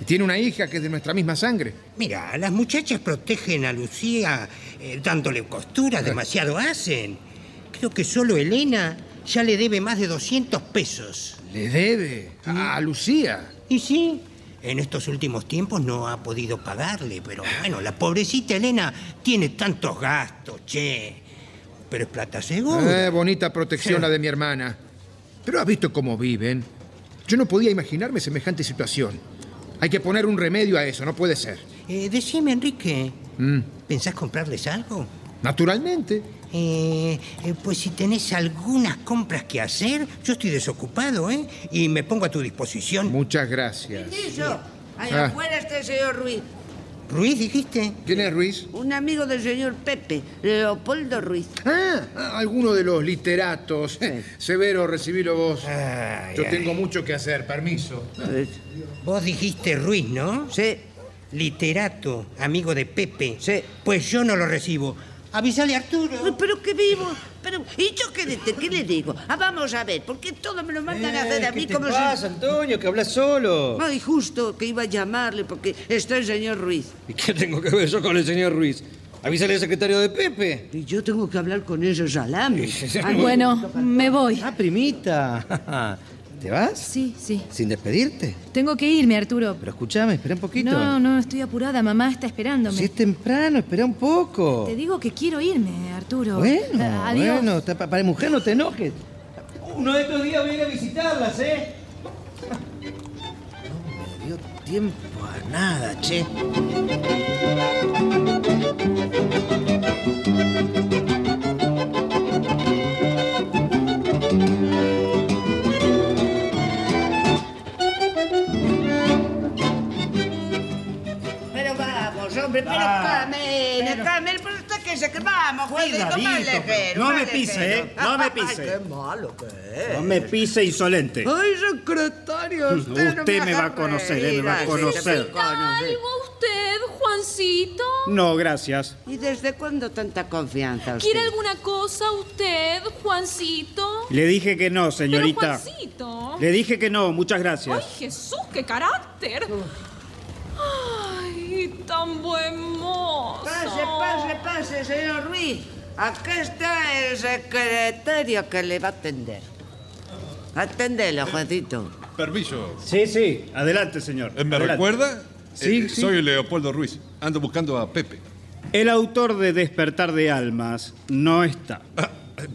Speaker 4: Y tiene una hija que es de nuestra misma sangre.
Speaker 7: Mira, las muchachas protegen a Lucía eh, dándole costuras, demasiado hacen. Creo que solo Elena ya le debe más de 200 pesos. ¿Mm?
Speaker 4: ¿Le debe? A Lucía.
Speaker 7: Y sí, en estos últimos tiempos no ha podido pagarle, pero bueno, la pobrecita Elena tiene tantos gastos, che. Pero es plata segura.
Speaker 4: Eh, bonita protección la de mi hermana. Pero has visto cómo viven. Yo no podía imaginarme semejante situación. Hay que poner un remedio a eso, no puede ser.
Speaker 7: Eh, decime, Enrique,
Speaker 4: Mm,
Speaker 7: ¿pensás comprarles algo?
Speaker 4: naturalmente.
Speaker 7: Eh, eh, pues si tenés algunas compras que hacer, yo estoy desocupado, ¿eh? Y me pongo a tu disposición.
Speaker 4: Muchas gracias.
Speaker 5: Eso, allá
Speaker 4: Ah.
Speaker 5: afuera está el señor Ruiz.
Speaker 7: ¿Ruiz dijiste?
Speaker 4: ¿Quién es Ruiz?
Speaker 5: Un amigo del señor Pepe, Leopoldo Ruiz.
Speaker 4: Ah, alguno de los literatos. [laughs] Severo, recibilo vos. Yo
Speaker 7: ay.
Speaker 4: tengo mucho que hacer, permiso.
Speaker 7: Vos dijiste Ruiz, ¿no? Sí. Literato, amigo de Pepe. Sí. Pues yo no lo recibo. Avisale a Arturo.
Speaker 5: Ay, pero que vivo. Pero, ¿Y yo qué, de- qué le digo? Ah, vamos a ver, porque todo me lo mandan a hacer a mí
Speaker 6: Eh, ¿Qué te
Speaker 5: como
Speaker 6: pasa, Antonio? Que hablas solo.
Speaker 5: Ay, justo que iba a llamarle porque está el señor Ruiz.
Speaker 6: ¿Y qué tengo que ver yo con el señor Ruiz? Avísale al secretario de Pepe.
Speaker 5: Y yo tengo que hablar con esos salames.
Speaker 11: Ah, bueno, me voy.
Speaker 6: Ah, [laughs] primita. [laughs] ¿Te vas?
Speaker 11: Sí, sí.
Speaker 6: ¿Sin despedirte?
Speaker 11: Tengo que irme, Arturo.
Speaker 6: Pero escúchame, espera un poquito.
Speaker 11: No, no, estoy apurada. Mamá está
Speaker 6: Si
Speaker 11: esperándome.
Speaker 6: es temprano, espera un poco.
Speaker 11: Te digo que quiero irme, Arturo.
Speaker 6: Bueno,
Speaker 11: Ah, Adiós.
Speaker 6: bueno, está pa- para mujer no te enojes. Uno de estos días voy a ir a visitarlas, ¿eh? No me dio tiempo a nada, che.
Speaker 5: Pero vamos, hombre, pero
Speaker 13: Ah,
Speaker 5: Carmen,
Speaker 13: pero-
Speaker 5: Carmen, pero usted qué se que vamos, juega,
Speaker 13: Cuidadito,
Speaker 5: más ligero.
Speaker 13: no
Speaker 5: más
Speaker 13: me pise,
Speaker 5: ligero.
Speaker 13: ¿eh? No me
Speaker 5: [laughs] Ay,
Speaker 13: pise.
Speaker 5: qué malo que
Speaker 13: [laughs]
Speaker 5: es.
Speaker 13: No me pise insolente.
Speaker 5: Ay, secretario, usted, no
Speaker 13: Usted me
Speaker 5: haga
Speaker 13: va a conocer, eh, me va a
Speaker 5: reír,
Speaker 13: conocer.
Speaker 5: así, me conoce.
Speaker 10: ¿Algo usted, Juancito?
Speaker 13: No, gracias.
Speaker 5: ¿Y desde cuándo tanta confianza? usted?
Speaker 10: ¿Quiere alguna cosa usted, Juancito?
Speaker 13: Le dije que no,
Speaker 10: Pero
Speaker 13: señorita.
Speaker 10: Juancito.
Speaker 13: Le dije que no, muchas
Speaker 10: Ay,
Speaker 13: gracias.
Speaker 10: Jesús, qué carácter. Ay, tan buen mozo.
Speaker 5: Pase, pase, pase, señor Ruiz. Acá está el secretario que le va a atender. Atendelo, Juancito.
Speaker 14: Permiso.
Speaker 13: Sí, sí. Adelante, señor.
Speaker 14: Eh, ¿Me
Speaker 13: Adelante.
Speaker 14: recuerda?
Speaker 13: Sí,
Speaker 14: Eh,
Speaker 13: sí.
Speaker 14: Soy Leopoldo Ruiz. Ando buscando a Pepe.
Speaker 13: El autor de Despertar de Almas no está.
Speaker 14: Eh,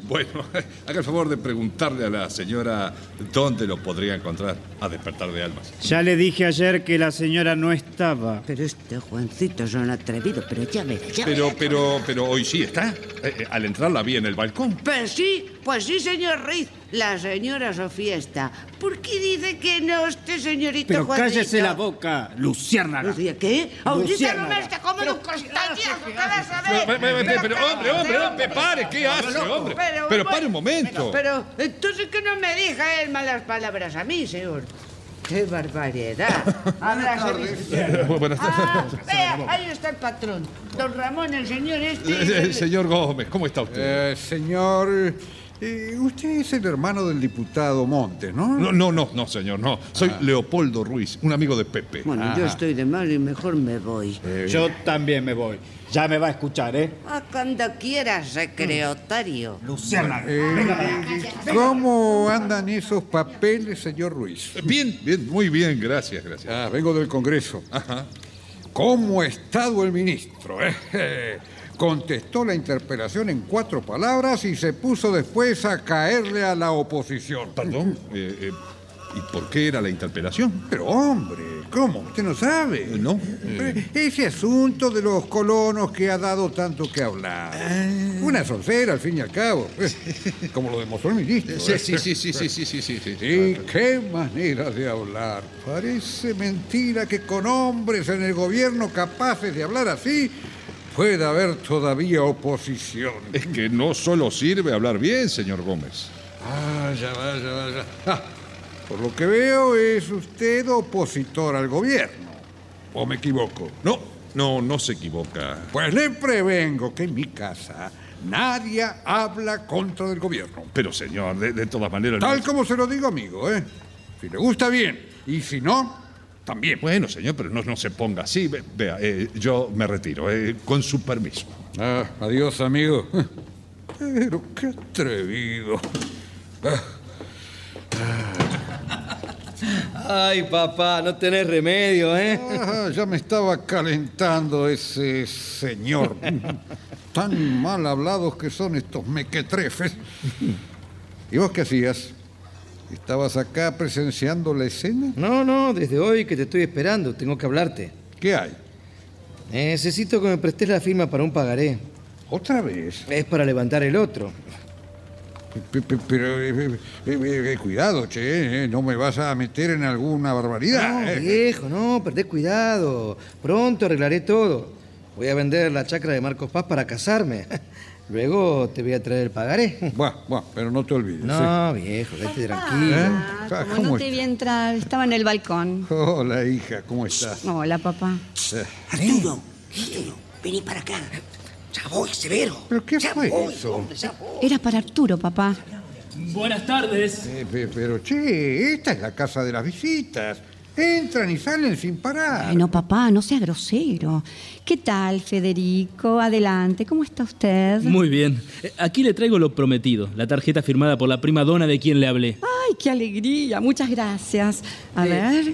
Speaker 14: Bueno, [laughs] haga el favor de preguntarle a la señora dónde lo podría encontrar a despertar de almas.
Speaker 13: Ya le dije ayer que la señora no estaba.
Speaker 5: Pero este Juancito es un atrevido, pero ya verá, ya
Speaker 14: Pero,
Speaker 5: verá.
Speaker 14: pero, pero hoy sí está. Eh, eh, al entrar la vi en el balcón.
Speaker 5: Pues sí, pues sí, señor Ruiz. La señora Sofía está. ¿Por qué dice que no este señorito
Speaker 13: Pero
Speaker 5: Juancito?
Speaker 13: cállese la boca, Luciérnaga.
Speaker 5: ¿Qué? Ahorita no me
Speaker 13: Luciérnaga.
Speaker 5: está como un costañazo, ¿qué vas a
Speaker 14: Pero,
Speaker 5: ver?
Speaker 14: pero, pero, pero, hombre, hombre, hombre, pare, ¿qué
Speaker 5: Pero,
Speaker 14: hace,
Speaker 5: loco,
Speaker 14: hombre? Pero pare un momento.
Speaker 5: Pero, pero, entonces que no me diga él malas palabras a mí, señor. ¡Qué barbaridad! Habrá servicio.
Speaker 14: Buenas
Speaker 5: Ah,
Speaker 14: tardes.
Speaker 5: vea, ahí está el patrón. Don Ramón, el señor este.
Speaker 14: Eh, eh, Señor Gómez, ¿cómo está usted?
Speaker 15: Eh, señor Eh, usted es el hermano del diputado Montes, ¿no? Ah.
Speaker 14: No, no, no, no, señor, no. Soy Leopoldo Ruiz, un amigo de Pepe.
Speaker 5: Bueno, yo estoy de mal y mejor me voy.
Speaker 15: Eh,
Speaker 13: Yo también me voy. Ya me va a escuchar, ¿eh?
Speaker 5: A Ah, cuando quieras, secretario.
Speaker 13: Luciana,
Speaker 15: eh, ¿Cómo andan esos papeles, señor Ruiz?
Speaker 14: Bien, bien, muy bien, gracias, gracias.
Speaker 15: Ah, vengo del Congreso.
Speaker 14: Ajá.
Speaker 15: ¿Cómo ha estado el ministro? [laughs] eh? Contestó la interpelación en cuatro palabras y se puso después a caerle a la oposición.
Speaker 14: Perdón. Eh, eh, ¿Y por qué era la interpelación?
Speaker 15: Pero hombre, ¿cómo? ¿Usted no sabe?
Speaker 14: No.
Speaker 15: Eh, Ese asunto de los colonos que ha dado tanto que hablar.
Speaker 14: Ah.
Speaker 15: Una solcera, al fin y
Speaker 14: [laughs]
Speaker 15: al cabo. Eh, Como lo demostró el ministro.
Speaker 14: Sí,
Speaker 15: ¿eh?
Speaker 14: sí, sí, sí, sí, sí, sí, sí, sí.
Speaker 15: Y qué manera de hablar. Parece mentira que con hombres en el gobierno capaces de hablar así pueda haber todavía oposición.
Speaker 14: Es que no solo sirve hablar bien, señor Gómez.
Speaker 15: Ah, ya va, ya va, ya. Ah, por lo que veo es usted opositor al gobierno. ¿O me equivoco?
Speaker 14: No, no, no se equivoca.
Speaker 15: Pues le prevengo que en mi casa nadie habla contra el gobierno.
Speaker 14: Pero, señor, de, de todas maneras... no-
Speaker 15: Tal como se lo digo, amigo, ¿eh? Si le gusta, bien. Y si no, también.
Speaker 14: Bueno, señor, pero no, no se ponga así. Ve- Vea, eh, yo me retiro, eh, con su permiso.
Speaker 15: Ah,
Speaker 14: [laughs]
Speaker 15: adiós, amigo. Pero qué atrevido.
Speaker 16: Ay, papá, no tenés remedio, ¿eh?
Speaker 15: Ah, ya me estaba calentando ese señor. Tan mal hablados que son estos mequetrefes. ¿Y vos qué hacías? ¿Estabas acá presenciando la escena?
Speaker 16: No, no, desde hoy que te estoy esperando, tengo que hablarte.
Speaker 15: ¿Qué hay?
Speaker 16: Eh, necesito que me prestes la firma para un pagaré.
Speaker 15: ¿Otra vez?
Speaker 16: Es para levantar el otro.
Speaker 15: Pe- pe- Pero, eh, eh, eh, eh, cuidado, che, eh, no me vas a meter en alguna barbaridad.
Speaker 16: No,
Speaker 15: eh.
Speaker 16: viejo, no, perdés cuidado. Pronto arreglaré todo. Voy a vender la chacra de Marcos Paz para casarme. [laughs] Luego te voy a traer el pagaré.
Speaker 15: [laughs] Buah, buah, pero no te olvides.
Speaker 16: No, viejo, vete tranquilo.
Speaker 15: ¿Eh? Ah,
Speaker 12: Como
Speaker 15: ¿cómo
Speaker 12: no te vi entrar, estaba en el balcón.
Speaker 15: estás? Hola, hija, ¿cómo estás?
Speaker 12: Hola, papá.
Speaker 15: Eh,
Speaker 7: Arturo, Arturo, vení para acá. Ya voy, Severo.
Speaker 15: ¿Pero qué
Speaker 7: ya
Speaker 15: fue
Speaker 7: voy,
Speaker 15: eso?
Speaker 7: hombre, ya voy.
Speaker 12: Era para Arturo, papá.
Speaker 17: Buenas tardes.
Speaker 15: eh, pe- pero, che, esta es la casa de las visitas. Entran y salen sin parar.
Speaker 12: Ay, no, papá, no sea grosero. ¿Qué tal, Federico? Adelante, ¿cómo está usted?
Speaker 17: Muy bien. Eh, Aquí le traigo lo prometido, la tarjeta firmada por la prima dona de quien le hablé.
Speaker 12: Ay, qué alegría, muchas gracias. A
Speaker 17: Eh,
Speaker 12: ver.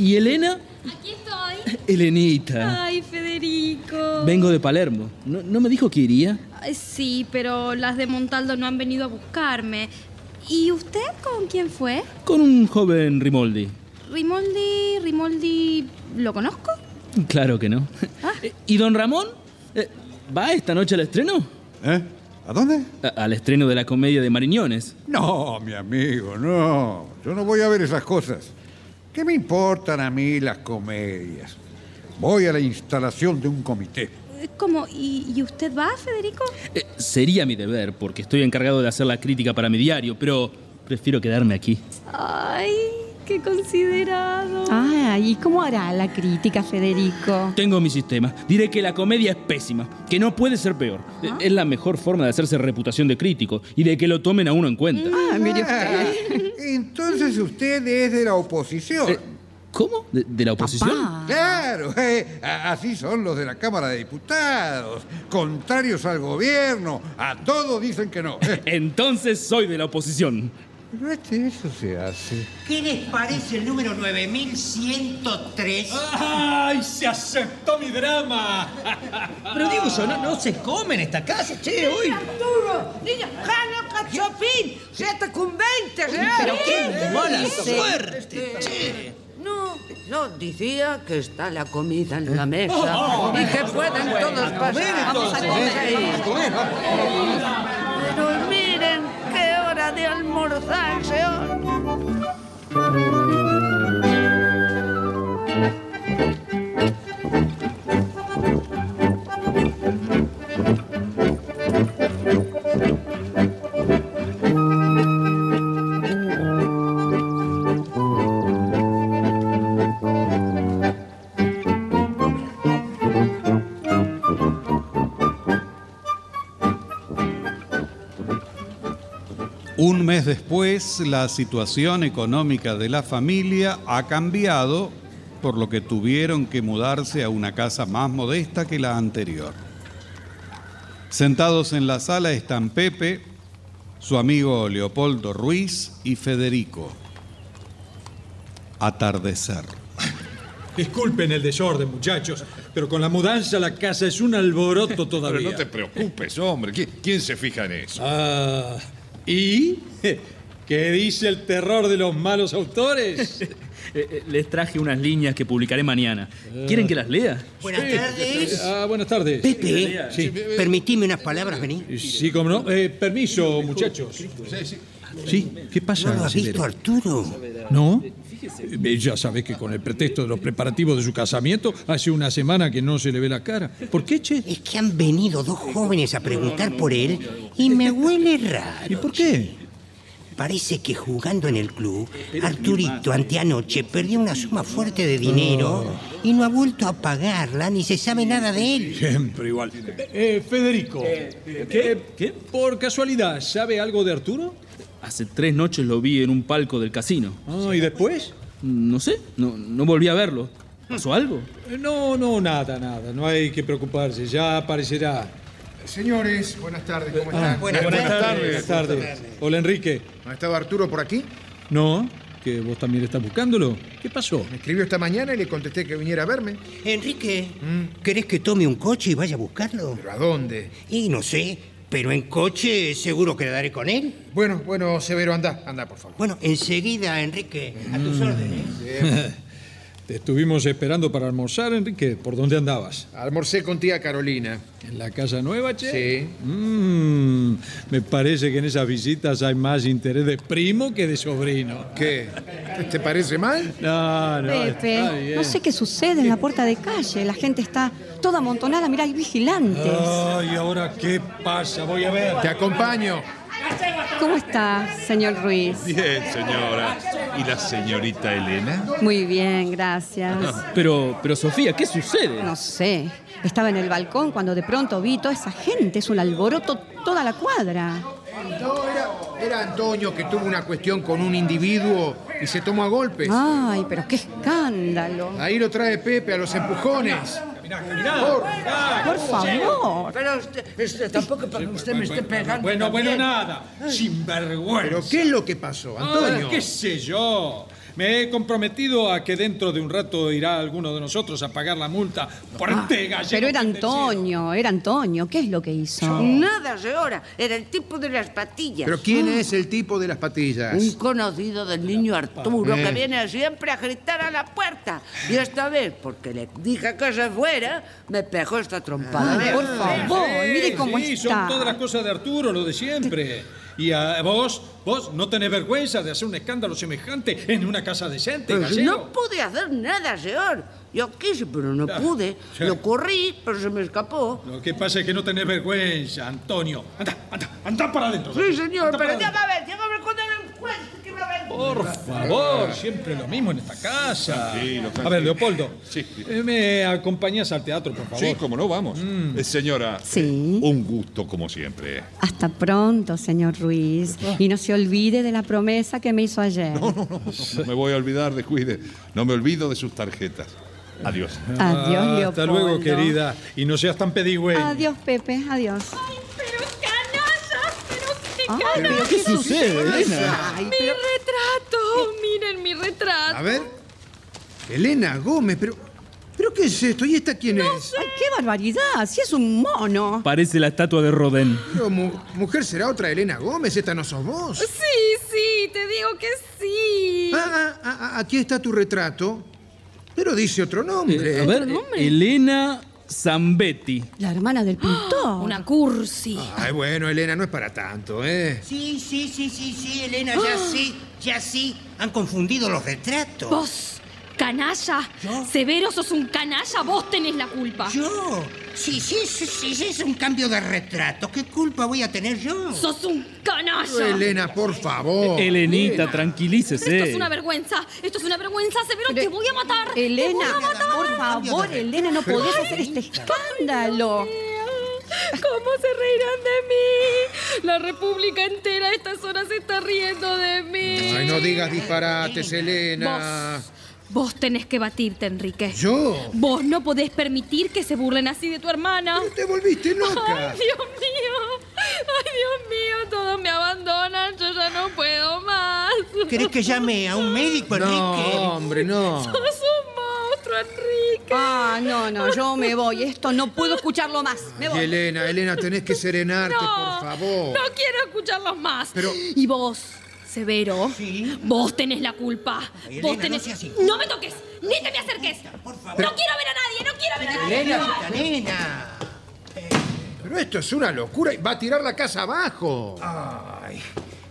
Speaker 17: ¿Y Elena?
Speaker 9: Aquí estoy.
Speaker 17: Elenita.
Speaker 9: Ay, Federico.
Speaker 17: Vengo de Palermo. ¿No, no me dijo que iría?
Speaker 9: Ay, Sí, pero las de Montaldo no han venido a buscarme. ¿Y usted con quién fue?
Speaker 17: Con un joven Rimoldi.
Speaker 9: Rimoldi, Rimoldi, ¿lo conozco?
Speaker 17: Claro que no.
Speaker 9: Ah,
Speaker 17: Eh, ¿Y don Ramón? Eh, ¿Va esta noche al estreno?
Speaker 15: ¿Eh? ¿A dónde?
Speaker 17: al estreno de la comedia de Mariñones.
Speaker 15: No, mi amigo, no. Yo no voy a ver esas cosas. ¿Qué me importan a mí las comedias? Voy a la instalación de un comité.
Speaker 9: Eh, ¿Cómo? ¿Y, y usted va, Federico?
Speaker 17: Eh, sería mi deber, porque estoy encargado de hacer la crítica para mi diario, pero prefiero quedarme aquí.
Speaker 12: Ay, qué considerado. Ay, ¿y cómo hará la crítica, Federico?
Speaker 17: Tengo mi sistema. Diré que la comedia es pésima, que no puede ser peor. Eh, Es la mejor forma de hacerse reputación de crítico y de que lo tomen a uno en cuenta.
Speaker 15: Mm.
Speaker 7: Ah,
Speaker 15: [laughs] Entonces usted es de la oposición.
Speaker 7: Eh,
Speaker 15: Ah.
Speaker 17: ¿Cómo? ¿De, de la oposición?
Speaker 15: Claro, eh, a- así son los de la Cámara de Diputados, contrarios al gobierno, a todo dicen que no. Eh,
Speaker 17: [laughs] Entonces soy de la oposición.
Speaker 15: Pero este, eso se hace.
Speaker 7: ¿Qué les parece el número 9103?
Speaker 3: ¡Ay, se aceptó mi drama!
Speaker 6: Pero
Speaker 3: [laughs]
Speaker 6: digo yo, no, no se come en esta casa, che, hoy.
Speaker 5: Arturo, niña, jalo cachopín, siete con veinte, ¿eh?
Speaker 6: Pero
Speaker 5: ¿Qué?
Speaker 6: qué mala
Speaker 5: Este,
Speaker 6: suerte, che.
Speaker 5: No, yo decía que está la comida en la mesa
Speaker 6: [laughs] Oh, oh,
Speaker 5: y que
Speaker 6: oh,
Speaker 5: pueden
Speaker 6: bueno,
Speaker 5: todos
Speaker 6: a comer,
Speaker 5: pasar.
Speaker 6: entonces,
Speaker 5: sí.
Speaker 6: eh, vamos a comer, vamos.
Speaker 5: Pero miren qué hora de almorzar, señor.
Speaker 2: Un mes después, la situación económica de la familia ha cambiado, por lo que tuvieron que mudarse a una casa más modesta que la anterior. Sentados en la sala están Pepe, su amigo Leopoldo Ruiz y Federico. Atardecer.
Speaker 3: Disculpen el desorden, muchachos, pero con la mudanza la casa es un alboroto todavía.
Speaker 14: Pero no te preocupes, hombre. ¿Qui- ¿Quién, se fija en eso?
Speaker 3: Ah, ¿y [laughs] qué dice el terror de los
Speaker 7: [laughs]
Speaker 3: malos autores?
Speaker 17: Eh, Les traje unas líneas que publicaré mañana. ¿Quieren que las lea?
Speaker 7: Buenas tardes.
Speaker 3: Ah, buenas tardes.
Speaker 7: Pepe, eh,
Speaker 3: Sí.
Speaker 7: permitime unas palabras, vení.
Speaker 3: Sí, cómo no. Eh, permiso, muchachos. Sí, ¿qué pasa?
Speaker 7: ¿No lo has visto,
Speaker 3: Silvero?
Speaker 7: Arturo?
Speaker 3: ¿No? Eh, Ya sabes que con el pretexto de los preparativos de su casamiento, hace una semana que no se le ve la cara. ¿Por qué, che?
Speaker 7: Es que han venido dos jóvenes a preguntar por él y me huele raro. ¿Y por qué? Parece que jugando en el club, Arturito anteanoche perdió una suma fuerte de dinero
Speaker 3: Oh.
Speaker 7: y no ha vuelto a pagarla ni se sabe nada de él.
Speaker 3: Siempre igual. Eh, Federico, Eh, ¿qué? ¿Por casualidad sabe algo de Arturo?
Speaker 17: Hace tres noches lo vi en un palco del casino.
Speaker 3: Ah, ¿Y después?
Speaker 17: No sé, no, no volví a verlo. ¿Pasó algo?
Speaker 3: Eh, No, no, nada, nada. No hay que preocuparse. Ya aparecerá.
Speaker 4: Señores, buenas tardes, ¿cómo están?
Speaker 3: Ah, Buenas tardes. Hola, Enrique.
Speaker 4: ¿No estaba Arturo por aquí?
Speaker 3: ¿No? ¿Que vos también estás buscándolo? ¿Qué pasó?
Speaker 4: Me escribió esta mañana y le contesté que viniera a verme. ¿Mm?
Speaker 7: Enrique, ¿querés que tome un coche y vaya a buscarlo?
Speaker 4: ¿Pero a dónde?
Speaker 7: Y no sé, pero en coche seguro quedaré con él.
Speaker 4: Bueno, bueno, Severo, anda, anda, por favor. Mm.
Speaker 7: Bueno, enseguida, Enrique, a tus órdenes.
Speaker 3: [laughs] Te estuvimos esperando para almorzar, Enrique. ¿Por dónde andabas?
Speaker 4: Almorcé con tía Carolina.
Speaker 3: ¿En la casa nueva, che?
Speaker 4: Sí.
Speaker 3: Mm, me parece que en esas visitas hay más interés de primo que de sobrino.
Speaker 4: ¿Qué? ¿Te parece mal?
Speaker 3: No, no. está
Speaker 12: Pepe,
Speaker 3: bien.
Speaker 12: no sé qué sucede en la puerta de calle. La gente está toda amontonada. Mirá, hay vigilantes.
Speaker 17: Ah.
Speaker 3: Ay, ahora qué pasa, voy a ver.
Speaker 4: Te acompaño.
Speaker 12: ¿Cómo está, señor Ruiz?
Speaker 14: Bien, señora. ¿Y la señorita Elena?
Speaker 12: Muy bien,
Speaker 17: Ah.
Speaker 12: gracias.
Speaker 17: Pero, pero Sofía, ¿qué sucede?
Speaker 12: No sé. Estaba en el balcón cuando de pronto vi toda esa gente. Es un alboroto toda la cuadra.
Speaker 4: No, era, era Antonio que tuvo una cuestión con un individuo y se tomó a golpes.
Speaker 12: Ay, pero qué escándalo.
Speaker 4: Ahí lo trae Pepe a los empujones.
Speaker 12: Por favor.
Speaker 5: Pero usted, usted- tampoco para que usted me esté pegando.
Speaker 3: Bueno, bueno,
Speaker 5: también.
Speaker 3: nada. Sinvergüenza.
Speaker 4: ¿Pero qué es lo que pasó, Antonio?
Speaker 3: Ah, ¿Qué sé yo? Me he comprometido a que dentro de un rato irá alguno de nosotros a pagar la multa por
Speaker 4: Ah.
Speaker 3: este gallego.
Speaker 12: Pero era Antonio, era Antonio. ¿Qué es lo que hizo?
Speaker 5: Nada, señora. Era el tipo de las patillas. Mm.
Speaker 4: ¿Pero quién es el tipo de las patillas?
Speaker 5: Un conocido del niño Arturo
Speaker 4: Eh.
Speaker 5: que viene siempre a gritar a la puerta. Y esta vez, porque le dije que se fuera, me pegó esta trompada.
Speaker 12: Ay, por favor, mire cómo
Speaker 3: Ah, sí,
Speaker 12: está.
Speaker 3: son todas las cosas de Arturo, lo de siempre. Y a vos, vos no tenés vergüenza de hacer un escándalo semejante en una casa decente,
Speaker 5: Pues
Speaker 3: gallego.
Speaker 5: no pude hacer nada, señor. Yo quise, pero no
Speaker 3: Ah,
Speaker 12: eh,
Speaker 5: pude.
Speaker 3: sí.
Speaker 5: Lo corrí, pero se me escapó.
Speaker 3: Lo que pasa es que no tenés vergüenza, Antonio. Anda, anda, anda para adentro.
Speaker 5: Sí, señor,
Speaker 3: Anda para
Speaker 5: pero ya
Speaker 3: adentro.
Speaker 5: va a ver, ya va a ver cuando me encuentre que va a ver.
Speaker 3: Por favor, siempre lo mismo en esta casa. A ver, Leopoldo, eh, ¿me acompañas al teatro, por favor? Mm.
Speaker 14: Sí, como no, vamos. Eh, señora,
Speaker 12: Sí.
Speaker 14: un gusto como siempre.
Speaker 12: Hasta pronto, señor Ruiz. Y no se olvide de la promesa que me hizo ayer.
Speaker 14: Ah. No me voy a olvidar, descuide. No me olvido de sus tarjetas. Adiós.
Speaker 12: Adiós, Leopoldo.
Speaker 3: Ah, Hasta luego, querida. Y no seas tan pedigüeña.
Speaker 12: Adiós, Pepe, adiós. Ay,
Speaker 10: canalla.
Speaker 12: pero
Speaker 10: ¿Qué
Speaker 3: sucede,
Speaker 12: Elena?
Speaker 10: Mi retrato, miren mi retrato.
Speaker 4: A ver. Elena Gómez, pero. ¿Pero qué es esto? ¿Y esta quién es?
Speaker 12: Ay, qué barbaridad, si es un mono.
Speaker 17: Parece la estatua de Rodin.
Speaker 4: Pero, mu- mujer será otra Elena Gómez, esta no sos vos.
Speaker 10: Sí, sí, te digo que sí.
Speaker 4: Ah, ah, ah, ah, aquí está tu retrato. Pero dice otro nombre.
Speaker 17: Eh, a ver, eh, Elena Zambetti.
Speaker 12: La hermana del pintor.
Speaker 9: ¡Ah! Una cursi.
Speaker 7: Ah.
Speaker 4: Ay, bueno, Elena, no es para tanto, ¿eh?
Speaker 7: Sí, sí, sí, sí, sí, Elena, ya
Speaker 9: ¡Ah!
Speaker 7: sí, ya sí. Han confundido los retratos.
Speaker 9: Vos, canalla. Severo, sos un canalla. Vos tenés la culpa.
Speaker 7: ¿Yo? Sí, sí, sí, sí, sí, es un cambio de retrato. ¿Qué culpa voy a tener yo?
Speaker 9: Sos un canalla.
Speaker 4: Elena, por favor.
Speaker 17: Elenita, tranquilícese.
Speaker 9: Esto es una vergüenza. Esto es una vergüenza. Severo, te voy a matar. Te
Speaker 12: Elena,
Speaker 9: voy a matar.
Speaker 12: por favor, Elena, no podés hacer este escándalo.
Speaker 10: ¿Cómo se reirán de mí? La república entera a estas horas se está riendo de mí.
Speaker 4: Ay, no digas disparates, Elena.
Speaker 9: Vos tenés que batirte, Enrique.
Speaker 4: ¿Yo?
Speaker 9: Vos no podés permitir que se burlen así de tu hermana.
Speaker 4: te volviste loca.
Speaker 10: Ay, Dios mío. Ay, Dios mío. Todos me abandonan. Yo ya no puedo más.
Speaker 7: ¿Querés que llame a un médico, Enrique?
Speaker 4: No, hombre, no.
Speaker 10: Sos un monstruo, Enrique.
Speaker 12: Ah, no, no, yo me voy. Esto no puedo escucharlo más. Me
Speaker 4: Ay,
Speaker 12: voy.
Speaker 4: Elena, Elena, tenés que serenarte, por favor.
Speaker 9: No quiero escucharlos más.
Speaker 4: Pero-
Speaker 9: Y vos, Severo, vos tenés la culpa.
Speaker 7: Ay,
Speaker 9: vos
Speaker 7: Elena,
Speaker 9: tenés.
Speaker 7: no seas
Speaker 9: No me toques, ni te me acerques. No quiero ver a nadie, no quiero ver a nadie.
Speaker 7: Elena, Elena.
Speaker 4: Pero esto es una locura. y Va a tirar la casa abajo.
Speaker 7: Ay,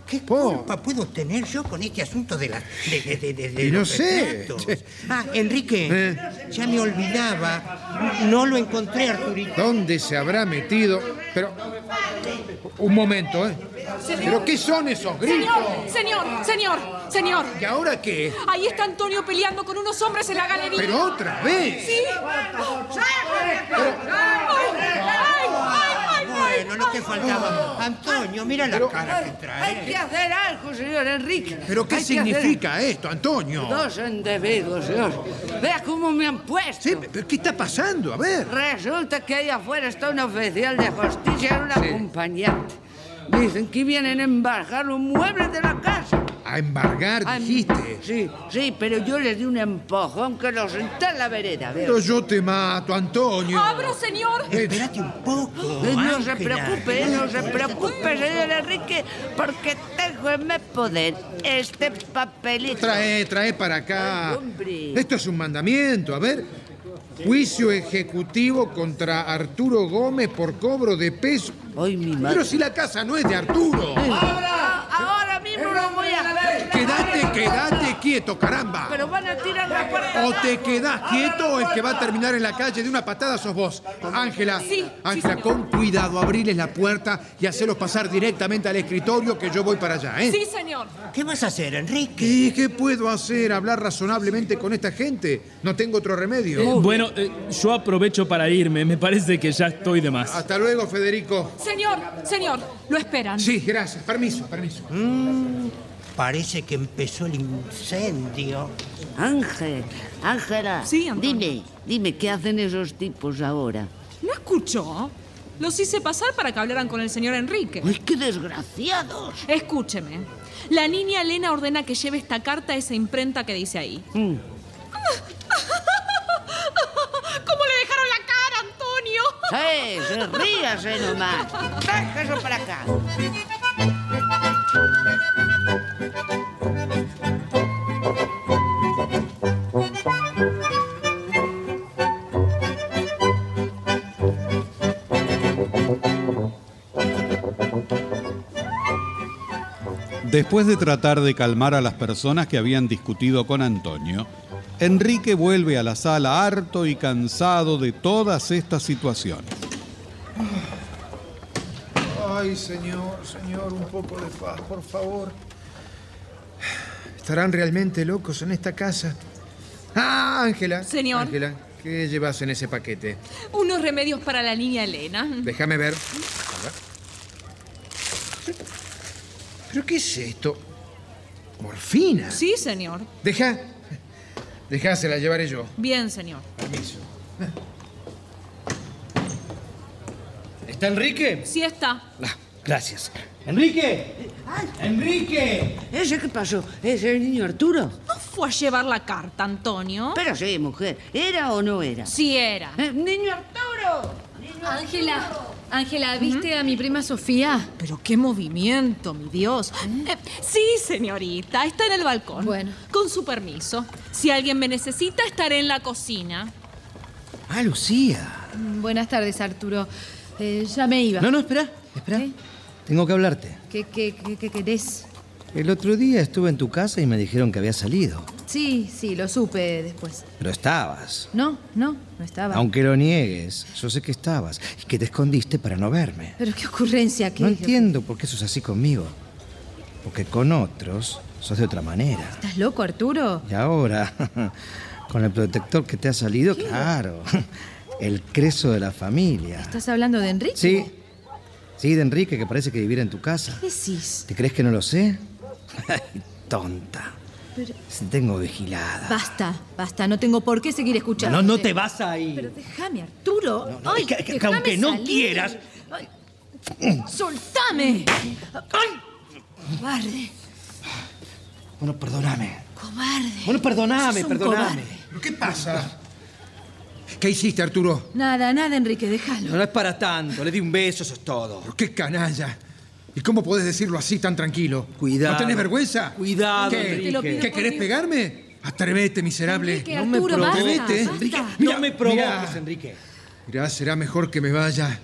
Speaker 7: ¿qué culpa puedo tener yo con este asunto de la... De, de, de, de- de
Speaker 4: Y no
Speaker 7: los
Speaker 4: sé. Eh.
Speaker 7: retratos? Ah, Enrique, ya me olvidaba. No lo encontré, Arturito.
Speaker 4: ¿Dónde se habrá metido? Pero. Un momento, ¿eh? ¿Pero qué son esos gritos?
Speaker 18: Señor, señor, señor.
Speaker 4: ¿Y ahora qué?
Speaker 18: Ahí está Antonio peleando con unos hombres en la galería.
Speaker 4: Pero otra vez.
Speaker 18: Sí.
Speaker 7: Bueno, lo que faltaba. Antonio, mira la cara que trae.
Speaker 5: Hay que hacer algo, señor Enrique.
Speaker 4: ¿Pero qué
Speaker 5: Hay que hacer-
Speaker 4: significa esto, Antonio?
Speaker 5: Dos individuos, señor. Vea cómo me han puesto.
Speaker 4: Sí, pero ¿qué está pasando? A ver.
Speaker 5: Resulta que ahí afuera está un oficial de justicia y un acompañante. Dicen que vienen a embargar los muebles de la casa.
Speaker 4: A embargar,
Speaker 5: Am-
Speaker 4: dijiste.
Speaker 5: Sí, sí, pero yo les di un empujón que los senté en la vereda. vea.
Speaker 4: Pero yo te mato, Antonio.
Speaker 18: señor!
Speaker 7: Espérate un poco.
Speaker 5: Eh, No se
Speaker 7: Ángela.
Speaker 5: preocupe, eh, no se preocupe, señor Enrique, porque tengo en mi poder este papelito.
Speaker 4: Trae, trae para acá.
Speaker 5: hombre.
Speaker 4: Esto es un mandamiento, a ver. Juicio ejecutivo contra Arturo Gómez por cobro de peso.
Speaker 5: Ay, mi madre.
Speaker 4: Pero si la casa no es de Arturo.
Speaker 5: Ahora, Ah, ahora mismo lo voy a hacer.
Speaker 4: Quédate, quédate quieto, caramba.
Speaker 5: Pero van a tirar la puerta.
Speaker 4: O te quedás quieto o el que va a terminar en la calle de una patada sos vos. Ángela, Ángela, con cuidado, abriles la puerta y hacelos pasar directamente al escritorio que yo voy para allá, ¿eh?
Speaker 18: Sí, señor.
Speaker 7: ¿Qué vas a hacer, Enrique?
Speaker 4: ¿Y qué puedo hacer? ¿Hablar razonablemente con esta gente? No tengo otro remedio.
Speaker 17: Eh, bueno, eh, yo aprovecho para irme. Me parece que ya estoy de más.
Speaker 4: Hasta luego, Federico.
Speaker 18: Señor, señor, lo esperan.
Speaker 4: Sí, gracias. Permiso, permiso. Mm.
Speaker 7: Parece que empezó el incendio.
Speaker 5: Ángel, Ángela, dime, dime, ¿qué hacen esos tipos ahora?
Speaker 18: ¿No escuchó? Los hice pasar para que hablaran con el señor Enrique.
Speaker 5: ¡Uy, qué desgraciados!
Speaker 18: Escúcheme. La niña Elena ordena que lleve esta carta a esa imprenta que dice ahí.
Speaker 5: Mm.
Speaker 18: ¿Cómo le dejaron la cara, Antonio?
Speaker 5: ¡Eh, se ríase nomás! Traje eso para acá!
Speaker 2: Después de tratar de calmar a las personas que habían discutido con Antonio, Enrique vuelve a la sala harto y cansado de todas estas situaciones.
Speaker 4: Ay, señor, señor, un poco de paz, por favor. ¿Estarán realmente locos en esta casa? Ah, Ángela.
Speaker 18: Señor.
Speaker 4: Ángela, ¿qué llevas en ese paquete?
Speaker 18: Unos remedios para la niña Elena.
Speaker 4: Déjame ver. A ver. ¿Pero qué es esto? ¿Morfina?
Speaker 18: Sí, señor.
Speaker 4: Deja. Deja, se la llevaré yo.
Speaker 18: Bien, señor.
Speaker 4: Permiso.
Speaker 16: ¿Está Enrique?
Speaker 18: Sí está.
Speaker 16: Gracias. ¡Enrique!
Speaker 5: ¡Enrique! ¿Ese qué pasó? ¿Es el niño Arturo?
Speaker 18: ¿No fue a llevar la carta, Antonio?
Speaker 5: Pero sí, mujer. ¿Era o no era?
Speaker 18: Sí era.
Speaker 5: Eh, ¡Niño Arturo!
Speaker 11: Ángela, Ángela, ¿viste a mi prima Sofía?
Speaker 18: Pero qué movimiento, mi Dios. Eh, sí, señorita, está en el balcón. Bueno. Con su permiso. Si alguien me necesita, estaré en la cocina.
Speaker 16: Ah, Lucía.
Speaker 11: Mm, Buenas tardes, Arturo. Eh, ya me iba.
Speaker 16: No, no, espera, espera. Tengo que hablarte.
Speaker 11: ¿Qué, qué, qué, qué querés?
Speaker 16: El otro día estuve en tu casa y me dijeron que habías salido.
Speaker 11: Sí, sí, lo supe después.
Speaker 16: Pero estabas.
Speaker 11: No, no, no estaba.
Speaker 16: Aunque lo niegues, yo sé que estabas y que te escondiste para no verme.
Speaker 11: Pero qué ocurrencia, qué...
Speaker 16: No entiendo por qué sos así conmigo. Porque con otros sos de otra manera.
Speaker 11: ¿Estás loco, Arturo?
Speaker 16: [laughs] Y ahora, con el protector que te ha salido, claro. [laughs] el creso de la familia.
Speaker 11: ¿Estás hablando de Enrique?
Speaker 16: Sí, sí, de Enrique, que parece que viviera en tu casa.
Speaker 11: ¿Qué decís?
Speaker 16: ¿Te crees que no lo sé? Ay, tonta.
Speaker 11: Pero-
Speaker 16: Se tengo vigilada.
Speaker 11: Basta, basta, no tengo por qué seguir escuchando.
Speaker 16: No, no te vas ahí.
Speaker 11: Pero déjame, Arturo.
Speaker 16: no,
Speaker 11: Ay,
Speaker 16: que- que- que
Speaker 11: déjame
Speaker 16: aunque no
Speaker 11: salir.
Speaker 16: quieras.
Speaker 11: Ay, ¡Soltame! ¡Ay! ¡Cobarde!
Speaker 16: Bueno, perdóname.
Speaker 11: ¡Cobarde!
Speaker 16: Bueno, perdóname,
Speaker 11: Sos un
Speaker 16: perdóname.
Speaker 11: cobarde.
Speaker 4: ¿Qué pasa? ¿Qué hiciste, Arturo?
Speaker 11: Nada, nada, Enrique, déjalo.
Speaker 16: No, no es para tanto. Le di un beso, eso es todo.
Speaker 4: ¡Qué canalla! ¿Y cómo podés decirlo así tan tranquilo?
Speaker 16: Cuidado.
Speaker 4: ¿No tenés vergüenza?
Speaker 16: Cuidado,
Speaker 4: ¿Qué?
Speaker 16: Enrique. Te lo pido
Speaker 4: ¿Qué
Speaker 16: por
Speaker 4: querés
Speaker 16: Dios.
Speaker 4: pegarme? Atrévete, miserable.
Speaker 16: Enrique, No me Arturo, basta,
Speaker 4: Atrevete.
Speaker 16: basta.
Speaker 4: Enrique,
Speaker 16: No
Speaker 4: mira,
Speaker 16: me provoques,
Speaker 4: mira.
Speaker 16: Enrique.
Speaker 4: Mirá, será mejor que me vaya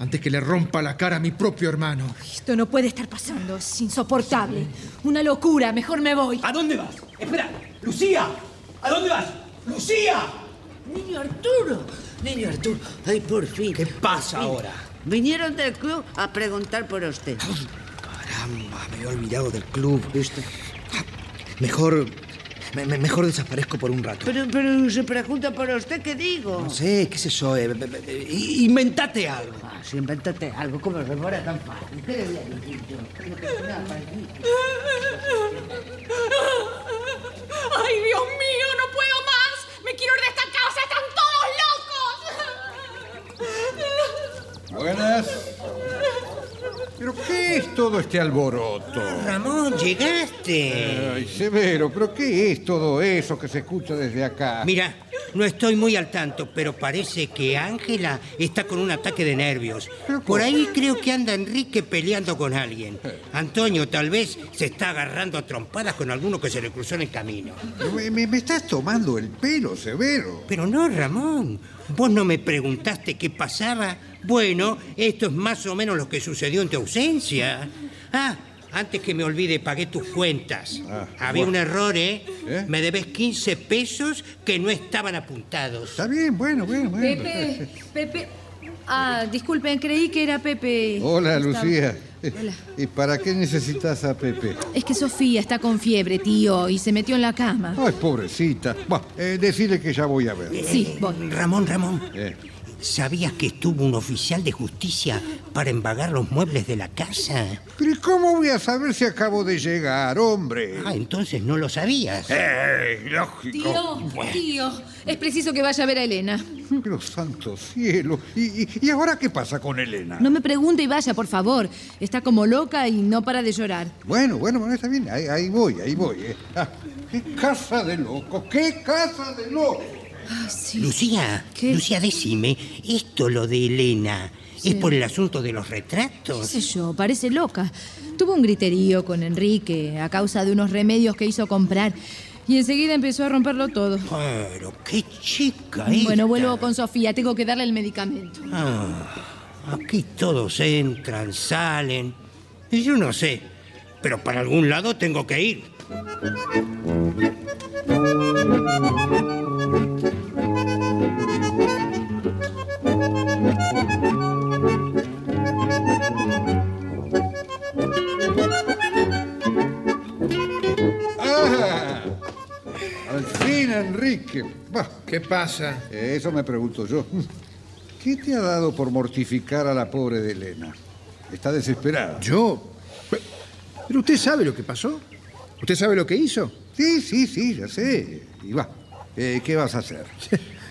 Speaker 4: antes que le rompa la cara a mi propio hermano.
Speaker 11: Esto no puede estar pasando, es insoportable. Una locura, mejor me voy.
Speaker 7: ¿A dónde vas? Espera, Lucía, ¿a dónde vas? Lucía.
Speaker 5: Niño Arturo, niño Arturo, ay, por fin. ¿Qué
Speaker 16: pasa ahora?
Speaker 5: Vinieron del club a preguntar por usted.
Speaker 16: Caramba, me había olvidado del club, ¿viste? Ah, Mejor. me- me- mejor desaparezco por un rato.
Speaker 5: Pero, pero se pregunta por usted, ¿qué digo?
Speaker 16: No sé, qué sé yo. eh, be- be- be- i- inventate algo.
Speaker 5: Ah, sí, inventate algo, como se fuera tan fácil. ¿Qué le voy a decir yo? Como que es una maldita.
Speaker 10: ¡Ay, Dios mío! ¡No puedo más! ¡Me quiero ir de esta casa! ¡Están todos locos!
Speaker 15: Buenas. ¿Pero qué es todo este alboroto?
Speaker 7: Ramón, Ah, llegaste.
Speaker 15: Ay, Severo, ¿pero qué es todo eso que se escucha desde acá?
Speaker 7: Mira, no estoy muy al tanto, pero parece que Ángela está con un ataque de nervios. Por ahí creo que anda Enrique peleando con alguien. Antonio tal vez se está agarrando a trompadas con alguno que se le cruzó en el camino.
Speaker 15: Me, me- me estás tomando el pelo, Severo.
Speaker 7: Pero no, Ramón. Vos no me preguntaste qué pasaba. Bueno, esto es más o menos lo que sucedió en tu ausencia. Ah, antes que me olvide, pagué tus cuentas. Había un
Speaker 15: Ah, bueno.
Speaker 7: error, ¿eh? Me debes 15 pesos que no estaban apuntados.
Speaker 15: Está bien, bueno, bueno, bueno.
Speaker 11: Pepe, Pepe. Ah, disculpen, creí que era Pepe.
Speaker 15: Hola,
Speaker 11: Estaba-
Speaker 15: Lucía.
Speaker 11: Hola.
Speaker 15: ¿Y para qué necesitas a Pepe?
Speaker 11: Es que Sofía está con fiebre, tío, y se metió en la cama.
Speaker 15: Ay, pobrecita. Bah, eh, decile que ya voy a ver. Eh.
Speaker 11: Sí, voy.
Speaker 7: Ramón, Ramón. Eh, ¿Sabías que estuvo un oficial de justicia para embagar los muebles de la casa?
Speaker 15: Pero ¿y ¿cómo voy a saber si acabo de llegar, hombre?
Speaker 7: Ah, entonces no lo sabías.
Speaker 15: ¡Eh! Lógico.
Speaker 11: Tío, tío, es preciso que vaya a ver a Elena.
Speaker 15: Pero santo cielo. ¿Y, y- y ahora qué pasa con Elena?
Speaker 11: No me pregunte y vaya, por favor. Está como loca y no para de llorar.
Speaker 15: Bueno, bueno, bueno, está bien. Ahí, ahí voy, ahí voy. eh. Ah, ¡Qué casa de loco! ¡Qué casa de loco!
Speaker 11: Ah,
Speaker 7: Lucía, Lucía, decime, esto lo de Elena, ¿es por el asunto de los
Speaker 11: ¿Qué
Speaker 7: retratos?
Speaker 11: sé yo? Parece loca. Tuvo un griterío con Enrique a causa de unos remedios que hizo comprar y enseguida empezó a romperlo todo.
Speaker 7: Pero qué chica esta.
Speaker 11: Bueno, vuelvo con Sofía. Tengo que darle el medicamento.
Speaker 7: Ah, aquí todos entran, salen. Y Yo no sé, pero para algún lado tengo que ir.
Speaker 15: ¡Ah! Al fin, Enrique. ¿Qué pasa? Eso me pregunto yo. ¿Qué te ha dado por mortificar a la pobre de Elena? Está desesperada.
Speaker 4: ¿Yo? Pero usted sabe lo que pasó. ¿Usted sabe lo que hizo?
Speaker 15: Sí, sí, sí, ya sé. Y va. Eh, ¿Qué vas a
Speaker 4: [laughs]
Speaker 15: hacer?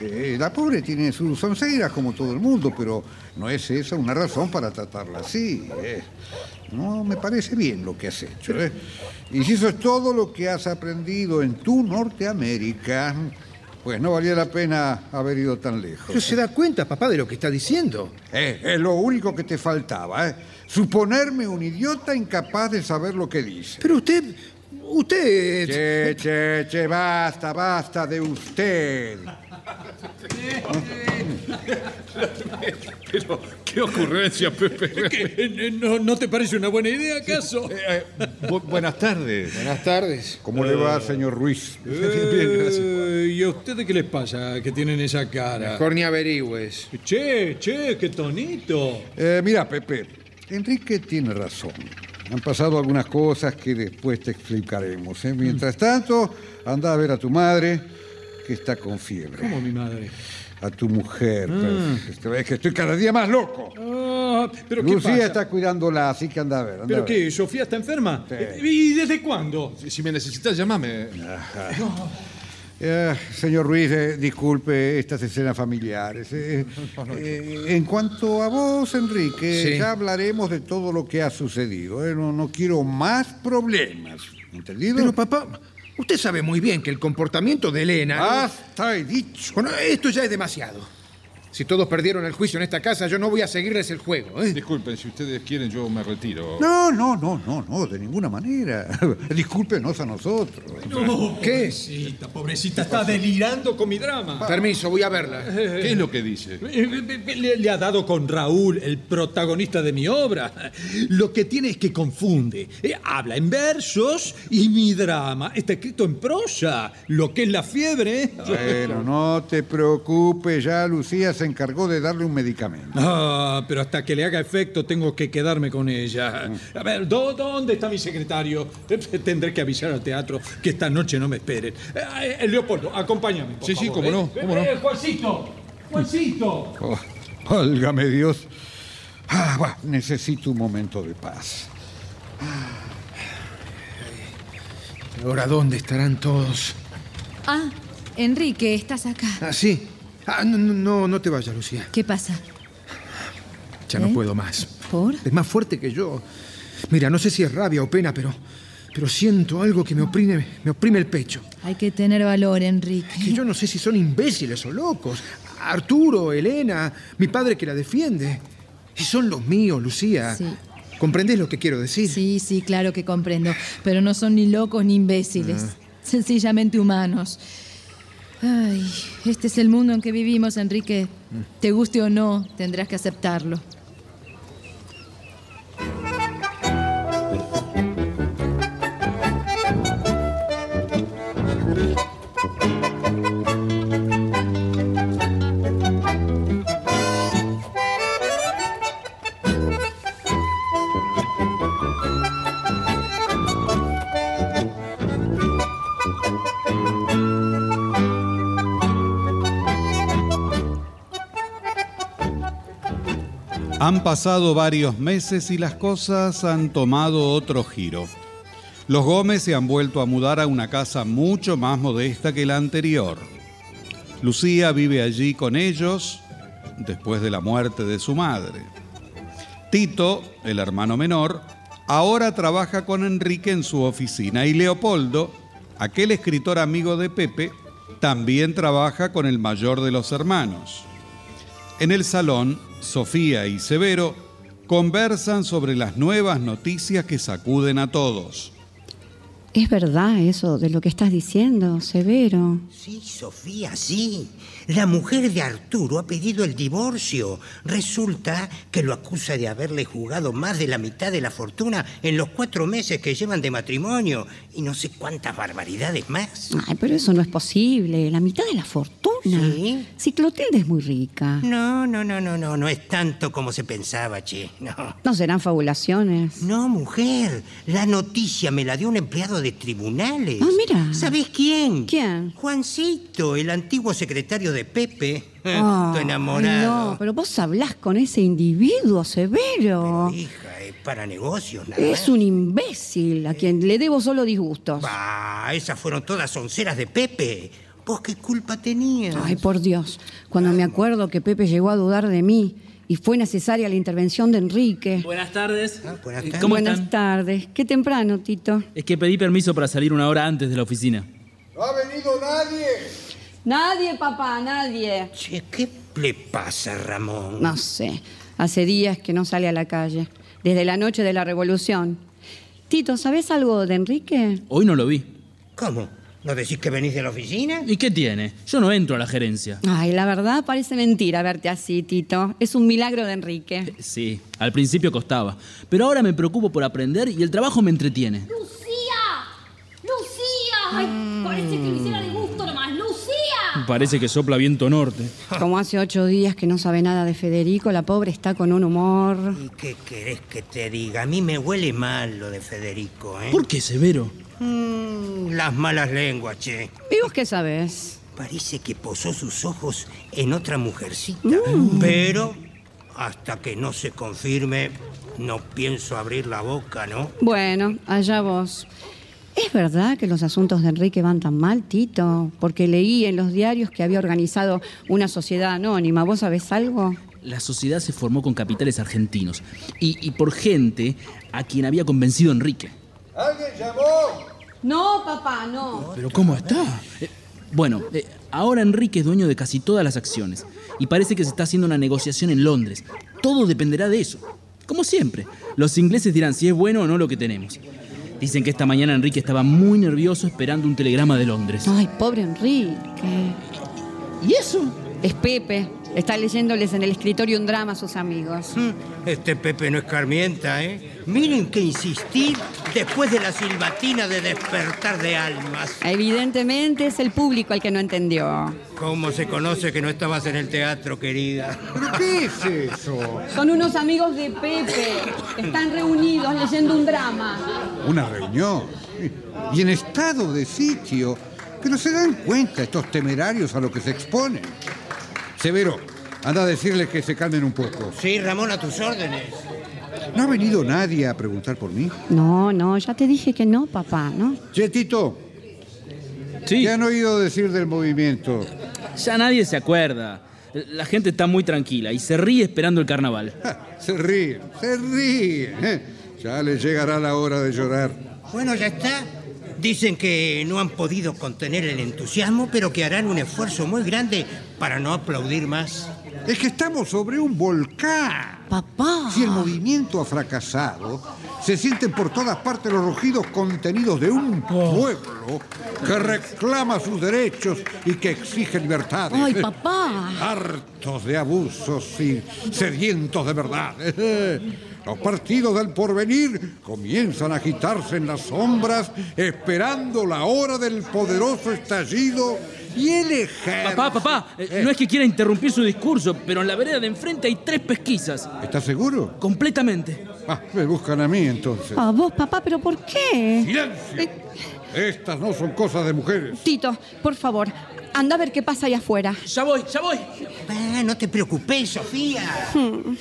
Speaker 15: Eh, la pobre tiene sus onceras como todo el mundo, pero no es esa una razón para tratarla así. eh. No me parece bien lo que has hecho. eh. Y si eso es todo lo que has aprendido en tu Norteamérica, pues no valía la pena haber ido tan lejos.
Speaker 4: No se da cuenta, papá, de lo que está diciendo.
Speaker 15: Eh, es lo único que te faltaba, ¿eh? Suponerme un idiota incapaz de saber lo que dice.
Speaker 4: Pero usted. Usted.
Speaker 15: Che, che, che, basta, basta de usted.
Speaker 3: Pero, ¿qué ocurrencia, Pepe? eh, ¿No, no te parece una buena idea, acaso? eh,
Speaker 14: buenas
Speaker 3: [laughs]
Speaker 14: tardes.
Speaker 4: Buenas tardes.
Speaker 15: ¿Cómo le va, señor Ruiz?
Speaker 3: Bien, gracias. Eh, ¿Y a ustedes qué les pasa que tienen esa cara?
Speaker 4: Mejor ni averigües.
Speaker 3: Che, che, qué tonito.
Speaker 15: Eh, mira, Pepe, Enrique tiene razón. Han pasado algunas cosas que después te explicaremos. ¿eh?
Speaker 3: Mm.
Speaker 15: Mientras tanto, anda a ver a tu madre, que está con fiebre.
Speaker 3: ¿Cómo mi madre?
Speaker 15: a tu mujer. pero Es que Ah. estoy cada día más loco.
Speaker 3: Ah, pero ¿qué
Speaker 15: Lucía
Speaker 3: pasa?
Speaker 15: está cuidándola, así que anda a ver. anda a
Speaker 3: ¿Pero
Speaker 15: ver.
Speaker 3: qué? ¿Sofía está enferma?
Speaker 15: Sí.
Speaker 3: Eh, ¿Y desde cuándo?
Speaker 15: Si me necesitas, llámame. Eh, señor Ruiz, eh, disculpe estas escenas familiares.
Speaker 3: [laughs]
Speaker 15: Eh, eh, en cuanto a vos, Enrique,
Speaker 4: Sí.
Speaker 15: ya hablaremos de todo lo que ha sucedido. eh. No, no quiero más problemas. ¿Entendido?
Speaker 4: Pero papá, usted sabe muy bien que el comportamiento de Elena...
Speaker 19: Ah,
Speaker 15: Basta, he dicho.
Speaker 4: Bueno, esto ya es demasiado. Si todos perdieron el juicio en esta casa, yo no voy a seguirles el juego. ¿eh?
Speaker 19: Disculpen, si ustedes quieren, yo me retiro.
Speaker 15: No, no, no, no, no, de ninguna manera. [laughs] Discúlpenos a nosotros.
Speaker 3: ¿Qué? Pobrecita, pobrecita, está delirando con mi drama. Eh,
Speaker 4: Permiso, voy a verla.
Speaker 19: ¿Qué es lo que dice?
Speaker 3: Le, le ha dado con Raúl, el protagonista de mi obra. Lo que tiene es que confunde. Eh, habla en versos y mi drama está escrito en prosa, lo que es la fiebre. ¿eh?
Speaker 15: Bueno, no te preocupes, ya Lucía se encargó de darle un medicamento. [laughs]
Speaker 3: Ah, pero hasta que le haga efecto tengo que quedarme con ella. A ver, ¿dó- ¿dónde está mi secretario? Eh, Tendré que avisar al teatro que esta noche no me esperen. Eh, eh, Leopoldo, acompáñame. por
Speaker 15: Sí, sí,
Speaker 3: favor,
Speaker 15: cómo
Speaker 3: ¿eh?
Speaker 15: no, cómo no.
Speaker 3: Eh, Juancito, Juancito.
Speaker 15: Oh, válgame Dios. Ah, va, necesito un momento de paz.
Speaker 4: Ahora, ¿dónde estarán todos?
Speaker 11: Ah, Enrique, estás acá.
Speaker 4: Ah, sí. Ah, no, no, no, no te vayas, Lucía.
Speaker 11: ¿Qué pasa?
Speaker 4: Ya no
Speaker 11: ¿Eh?
Speaker 4: puedo más.
Speaker 11: ¿Por?
Speaker 4: Es más fuerte que yo. Mira, no sé si es rabia o pena, pero, pero siento algo que me oprime, me oprime el pecho.
Speaker 11: Hay que tener valor, Enrique.
Speaker 4: Que yo no sé si son imbéciles o locos. Arturo, Elena, mi padre que la defiende. Y son los míos, Lucía.
Speaker 11: Sí.
Speaker 4: ¿Comprendés lo que quiero decir?
Speaker 11: Sí, sí, claro que comprendo. Pero no son ni locos ni imbéciles.
Speaker 4: Ah.
Speaker 11: Sencillamente humanos. Ay, este es el mundo en que vivimos, Enrique.
Speaker 4: Mm.
Speaker 11: Te guste o no, tendrás que aceptarlo.
Speaker 2: Han pasado varios meses y las cosas han tomado otro giro. Los Gómez se han vuelto a mudar a una casa mucho más modesta que la anterior. Lucía vive allí con ellos después de la muerte de su madre. Tito, el hermano menor, ahora trabaja con Enrique en su oficina y Leopoldo, aquel escritor amigo de Pepe, también trabaja con el mayor de los hermanos. En el salón, Sofía y Severo conversan sobre las nuevas noticias que sacuden a todos.
Speaker 8: Es verdad eso de lo que estás diciendo, Severo.
Speaker 7: Sí, Sofía, sí. La mujer de Arturo ha pedido el divorcio. Resulta que lo acusa de haberle jugado más de la mitad de la fortuna en los cuatro meses que llevan de matrimonio y no sé cuántas barbaridades más.
Speaker 8: Ay, pero eso no es posible. La mitad de la fortuna. ¿Sí? Si Clotilde es muy rica.
Speaker 7: No, no, no, no, no, no es tanto como se pensaba, che. No.
Speaker 8: No serán fabulaciones.
Speaker 7: No, mujer. La noticia me la dio un empleado de tribunales.
Speaker 8: Ah, mira.
Speaker 7: ¿Sabés quién?
Speaker 8: ¿Quién?
Speaker 7: Juancito, el antiguo secretario de Pepe. [laughs] Estoy
Speaker 8: Ah, No,
Speaker 7: Eh, enamorado.
Speaker 8: pero vos hablás con ese individuo, Severo.
Speaker 7: Es Eh, para negocios, nada
Speaker 8: Es un imbécil a quien le debo solo disgustos.
Speaker 7: Ah, esas fueron todas onceras de Pepe. ¿Vos qué culpa tenías?
Speaker 8: Ay, por Dios. Cuando me acuerdo que Pepe llegó a dudar de mí y fue necesaria la intervención de Enrique.
Speaker 17: Buenas tardes.
Speaker 7: buenas
Speaker 17: tardes. ¿Cómo
Speaker 8: Buenas
Speaker 17: están?
Speaker 8: tardes. Qué temprano, Tito.
Speaker 17: Es que pedí permiso para salir una hora antes de la oficina.
Speaker 15: ¡No ha venido nadie!
Speaker 8: Nadie, papá, nadie.
Speaker 7: Che, ¿qué le pasa, Ramón?
Speaker 8: No sé. Hace días que no sale a la calle. Desde la noche de la revolución. Tito, ¿sabes algo de Enrique?
Speaker 17: Hoy no lo vi.
Speaker 7: ¿Cómo? ¿No decís que venís de la oficina?
Speaker 17: ¿Y qué tiene? Yo no entro a la gerencia.
Speaker 8: Ay, la verdad parece mentira verte así, Tito. Es un milagro de Enrique.
Speaker 17: Sí, al principio costaba. Pero ahora me preocupo por aprender y el trabajo me entretiene.
Speaker 10: ¡Lucía! ¡Lucía! Ay, parece que lo hiciera de gusto nomás. ¡Lucía!
Speaker 17: Parece que sopla viento norte.
Speaker 8: Como hace ocho días que no sabe nada de Federico, la pobre está con un humor.
Speaker 7: ¿Qué querés que te diga? A mí me huele mal lo de Federico, ¿eh?
Speaker 17: ¿Por qué, Severo?
Speaker 7: Mm, las malas lenguas, che.
Speaker 8: ¿Y vos qué sabes?
Speaker 7: Parece que posó sus ojos en otra mujercita.
Speaker 8: Mm.
Speaker 7: Pero hasta que no se confirme, no pienso abrir la boca, ¿no?
Speaker 8: Bueno, allá vos. ¿Es verdad que los asuntos de Enrique van tan mal, Tito? Porque leí en los diarios que había organizado una sociedad anónima. ¿Vos sabés algo?
Speaker 17: La sociedad se formó con capitales argentinos y, y por gente a quien había convencido Enrique.
Speaker 20: ¿Alguien llamó? No, papá, no.
Speaker 17: ¿Pero cómo está? bueno, eh, ahora Enrique es dueño de casi todas las acciones y parece que se está haciendo una negociación en Londres. Todo dependerá de eso. Como siempre, los ingleses dirán si es bueno o no lo que tenemos. Dicen que esta mañana Enrique estaba muy nervioso esperando un telegrama de Londres.
Speaker 8: Ay, pobre Enrique.
Speaker 17: ¿Y eso?
Speaker 8: Es Pepe. Está leyéndoles en el escritorio un drama a sus amigos.
Speaker 17: Mm.
Speaker 7: Este Pepe no escarmienta, ¿eh? Miren que insistí después de la silbatina de despertar de almas.
Speaker 8: Evidentemente es el público el que no entendió.
Speaker 7: ¿Cómo se conoce que no estabas en el teatro, querida?
Speaker 4: ¿Qué es eso?
Speaker 8: Son unos amigos de Pepe. Están reunidos leyendo un drama.
Speaker 15: Una reunión. Y en estado de sitio. Que no se dan cuenta estos temerarios a lo que se exponen. Severo, anda a decirles que se calmen un poco.
Speaker 7: Sí, Ramón, a tus órdenes.
Speaker 15: ¿No ha venido nadie a preguntar por mí?
Speaker 8: No, no, ya te dije que no, papá, ¿no?
Speaker 15: Che, Tito. Sí. ¿Qué han oído decir del movimiento?
Speaker 17: Ya nadie se acuerda. La gente está muy tranquila y se ríe esperando el carnaval.
Speaker 15: Se ríen, se ríen. ¿eh? Ya les llegará la hora de llorar.
Speaker 7: Bueno, ya está. Dicen que no han podido contener el entusiasmo, pero que harán un esfuerzo muy grande para no aplaudir más.
Speaker 15: Es que estamos sobre un volcán.
Speaker 8: Papá.
Speaker 15: Si el movimiento ha fracasado, se sienten por todas partes los rugidos contenidos de un pueblo que reclama sus derechos y que exige libertades. [laughs]
Speaker 8: Ay, papá.
Speaker 15: Hartos de abusos y sedientos de verdad. [laughs] Los partidos del porvenir comienzan a agitarse en las sombras esperando la hora del poderoso estallido y el ejército...
Speaker 17: Papá, papá, eh, no es que quiera interrumpir su discurso, pero en la vereda de enfrente hay tres pesquisas.
Speaker 15: ¿Estás seguro?
Speaker 17: Completamente.
Speaker 15: Ah, me buscan a mí entonces.
Speaker 8: A vos, papá, pero ¿por qué? Eh,
Speaker 15: ¡Silencio! Estas no son cosas de mujeres.
Speaker 8: Tito, por favor, anda a ver qué pasa allá afuera.
Speaker 17: Ya voy, ya voy.
Speaker 7: Ah, no te preocupes, Sofía.
Speaker 8: Hmm.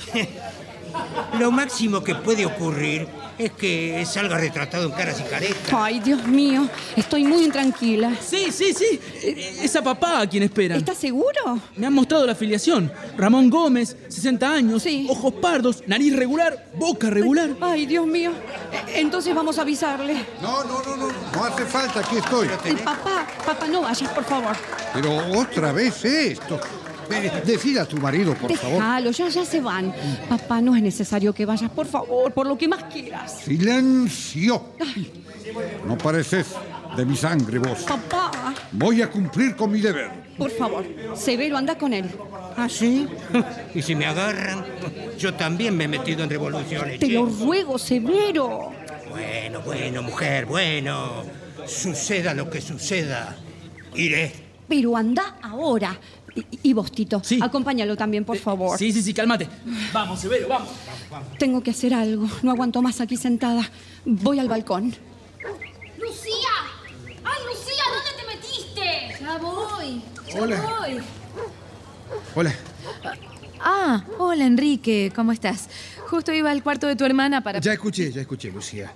Speaker 7: Lo máximo que puede ocurrir es que salga retratado en caras y caretas.
Speaker 8: Ay, Dios mío, estoy muy intranquila.
Speaker 17: Sí, sí, sí. Eh, Es a papá a quien esperan.
Speaker 8: ¿Estás seguro?
Speaker 17: Me han mostrado la afiliación. Ramón Gómez, 60 años, ojos pardos, nariz regular, boca regular.
Speaker 8: Ay, Dios mío. E- Entonces vamos a avisarle.
Speaker 15: No, no, no, no. No hace falta, aquí estoy.
Speaker 8: Eh, papá, papá, no vayas, por favor.
Speaker 15: Pero otra vez esto. Eh, Decida a tu marido, por favor. Mm.
Speaker 8: Déjalo, ya, ya se van. Papá, no es necesario que vayas, por favor, por lo que más quieras.
Speaker 15: Silencio.
Speaker 8: Ay,
Speaker 15: No pareces de mi sangre vos.
Speaker 8: papá,
Speaker 15: Voy a cumplir con mi deber.
Speaker 8: por favor, Severo, anda con él.
Speaker 7: ¿Ah, sí? Y si me agarran, yo también me he metido en revoluciones.
Speaker 8: Te
Speaker 7: che.
Speaker 8: lo ruego, Severo.
Speaker 7: Bueno, bueno, mujer, bueno. Suceda lo que suceda, iré.
Speaker 8: Pero anda ahora. Y, y vos, Tito, acompáñalo también,
Speaker 21: Eh,
Speaker 8: por favor.
Speaker 17: Sí, sí, sí, cálmate. Vamos, Severo, vamos.
Speaker 8: Tengo que hacer algo. No aguanto más aquí sentada. Voy al balcón.
Speaker 18: ¡Lucía!
Speaker 10: Ah,
Speaker 18: ¡Ay, Lucía! ¿Dónde te metiste? Ya voy.
Speaker 11: ya
Speaker 4: Hola.
Speaker 11: voy.
Speaker 4: Hola.
Speaker 11: Ah, hola Enrique, ¿cómo estás? Justo iba al cuarto de tu hermana para...
Speaker 4: Ya escuché, eh, ya escuché, Lucía.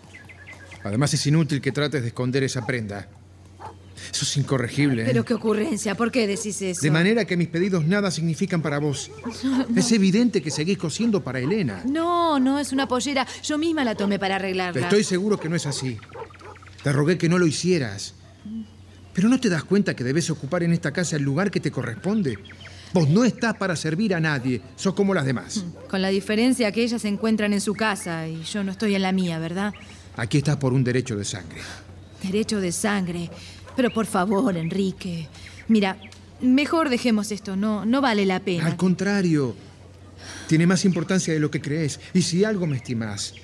Speaker 4: Además es inútil que trates de esconder esa prenda. Eso es incorregible. ¿eh?
Speaker 11: Pero qué ocurrencia, ¿por qué decís eso?
Speaker 4: De manera que mis pedidos nada significan para vos.
Speaker 11: [laughs] No, no.
Speaker 4: Es evidente que seguís cosiendo para Elena.
Speaker 11: No, no, es una pollera. Yo misma la tomé para arreglarla.
Speaker 4: Estoy seguro que no es así. Te rogué que no lo hicieras. Pero no te das cuenta que debes ocupar en esta casa el lugar que te corresponde. Vos no estás para servir a nadie, sos como las demás.
Speaker 11: Con la diferencia que ellas se encuentran en su casa y yo no estoy en la mía, ¿verdad?
Speaker 4: Aquí estás por un derecho de sangre.
Speaker 11: Derecho de sangre. Pero por favor, Enrique. Mira, mejor dejemos esto, no, no vale la
Speaker 4: Al
Speaker 11: pena.
Speaker 4: contrario, tiene más importancia de lo que crees. Y si algo me estimás,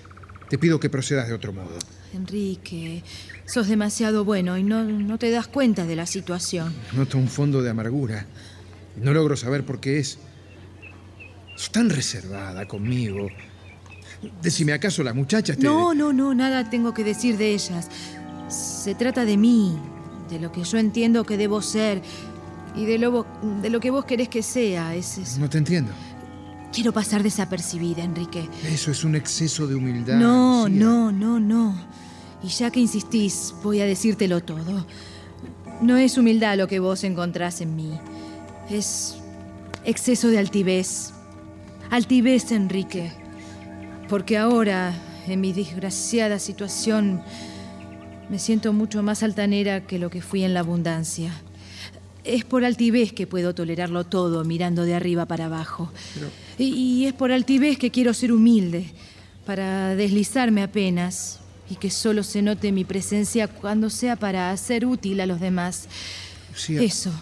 Speaker 4: te pido que procedas de otro modo.
Speaker 11: Enrique, sos demasiado bueno y no, no te das cuenta de la situación.
Speaker 4: Noto un fondo de amargura. No logro saber por qué es. Es tan reservada conmigo. Decime, ¿acaso las muchachas te...
Speaker 11: No, no, no, nada tengo que decir de ellas. Se trata de mí, de lo que yo entiendo que debo ser Y de, lo, vo- de lo que vos querés que sea, es eso.
Speaker 4: No te entiendo.
Speaker 11: Quiero pasar desapercibida, Enrique.
Speaker 4: Eso es un exceso de humildad.
Speaker 11: No,
Speaker 4: Lucía.
Speaker 11: no, no, no. Y ya que insistís, voy a decírtelo todo. No es humildad lo que vos encontrás en mí. Es exceso de altivez. Altivez, Enrique. Porque ahora, en mi desgraciada situación, me siento mucho más altanera que lo que fui en la abundancia. Es por altivez que puedo tolerarlo todo mirando de arriba para abajo.
Speaker 4: Pero-
Speaker 11: Y, y es por altivez que quiero ser humilde, para deslizarme apenas y que solo se note mi presencia cuando sea para ser útil a los demás.
Speaker 4: Lucía.
Speaker 11: Eso,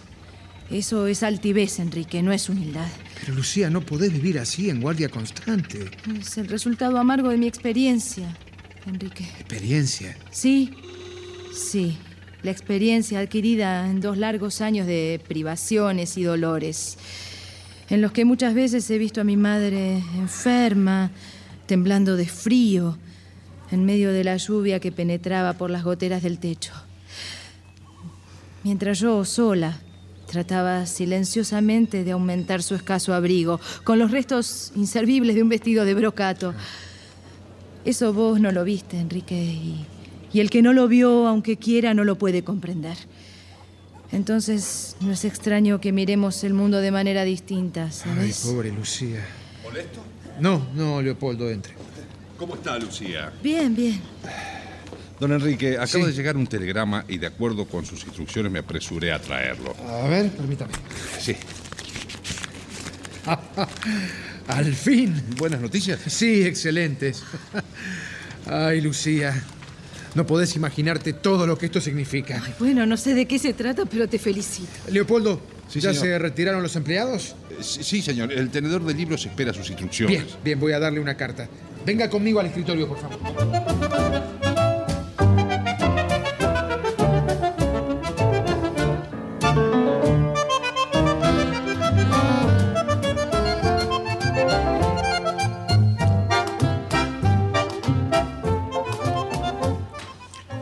Speaker 11: eso es altivez, Enrique, no es humildad.
Speaker 4: Pero Lucía, no podés vivir así en guardia constante.
Speaker 11: Es el resultado amargo de mi experiencia, Enrique.
Speaker 4: Experiencia.
Speaker 11: Sí, sí, la experiencia adquirida en dos largos años de privaciones y dolores, en los que muchas veces he visto a mi madre enferma, temblando de frío, en medio de la lluvia que penetraba por las goteras del techo. Mientras yo sola trataba silenciosamente de aumentar su escaso abrigo, con los restos inservibles de un vestido de brocato. Eso vos no lo viste, Enrique, y, y el que no lo vio, aunque quiera, no lo puede comprender. Entonces, no es extraño que miremos el mundo de manera distinta,
Speaker 4: Ay,
Speaker 11: ¿sabes?
Speaker 4: pobre Lucía.
Speaker 14: ¿Molesto?
Speaker 4: No, no, Leopoldo, entre.
Speaker 14: ¿Cómo está, Lucía?
Speaker 11: Bien, bien.
Speaker 14: Don Enrique, acaba de llegar un telegrama y de acuerdo con sus instrucciones me apresuré a traerlo.
Speaker 4: A ver, permítame. [laughs]
Speaker 14: Sí.
Speaker 4: Al fin. Buenas noticias. Sí, excelentes. [laughs] Ay, Lucía. No podés imaginarte todo lo que esto significa.
Speaker 11: Bueno, no sé de qué se trata, pero te felicito.
Speaker 4: Leopoldo,
Speaker 14: Sí,
Speaker 4: ¿ya
Speaker 14: señor.
Speaker 4: se retiraron los empleados?
Speaker 14: Sí, sí, señor. El tenedor de libros espera sus instrucciones.
Speaker 4: Bien, bien, voy a darle una carta. Venga conmigo al escritorio, por favor.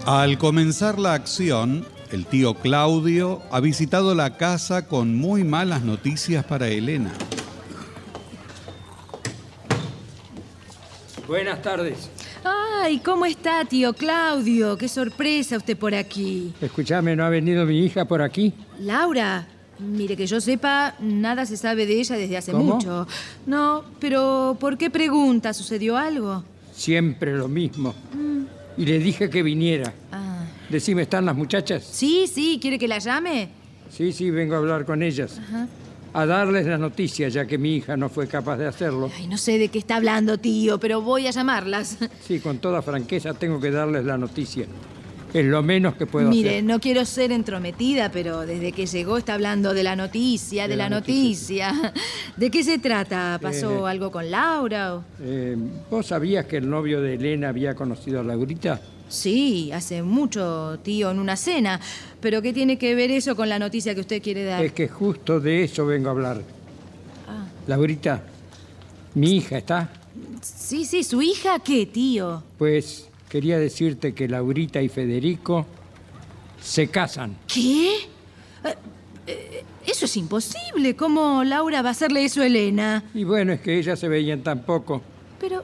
Speaker 2: Al comenzar la acción, el tío Claudio ha visitado la casa con muy malas noticias para Elena.
Speaker 21: Buenas tardes.
Speaker 11: Ay, ¿cómo está, tío Claudio? Qué sorpresa usted por aquí.
Speaker 21: Escuchame, ¿no ha venido mi hija por aquí?
Speaker 11: Laura, mire que yo sepa, nada se sabe de ella desde hace
Speaker 21: ¿Cómo?
Speaker 11: mucho. No, pero ¿por qué pregunta? ¿Sucedió algo?
Speaker 21: Siempre lo mismo.
Speaker 11: Mm,
Speaker 21: Y le dije que viniera.
Speaker 11: ah.
Speaker 21: Decime, ¿están las muchachas?
Speaker 11: Sí, sí, ¿quiere que la llame?
Speaker 21: Sí, sí, vengo a hablar con ellas.
Speaker 11: Ajá.
Speaker 21: A darles la noticia, ya que mi hija no fue capaz de hacerlo.
Speaker 11: Ay, no sé de qué está hablando, tío, pero voy a llamarlas.
Speaker 21: Sí, con toda franqueza tengo que darles la noticia. Es lo menos que puedo
Speaker 11: Mire,
Speaker 21: hacer.
Speaker 11: no quiero ser entrometida, pero desde que llegó está hablando de la noticia, de,
Speaker 21: De
Speaker 11: la,
Speaker 21: la
Speaker 11: noticia. [laughs] ¿De qué se trata? ¿Pasó
Speaker 21: Eh.
Speaker 11: algo con Laura? o-
Speaker 21: Eh, ¿Vos sabías que el novio de Elena había conocido a Laurita?
Speaker 11: Sí, hace mucho, tío, en una cena. Pero ¿qué tiene que ver eso con la noticia que usted quiere dar?
Speaker 21: Es que justo de eso vengo a hablar.
Speaker 11: Ah.
Speaker 21: Laurita, mi hija está.
Speaker 11: Sí, sí, su hija, ¿qué, tío?
Speaker 21: Pues quería decirte que Laurita y Federico se casan.
Speaker 11: ¿Qué? Eh, eh, Eso es imposible. ¿Cómo Laura va a hacerle eso a Elena?
Speaker 21: Y bueno, es que ellas se veían tampoco.
Speaker 11: Pero,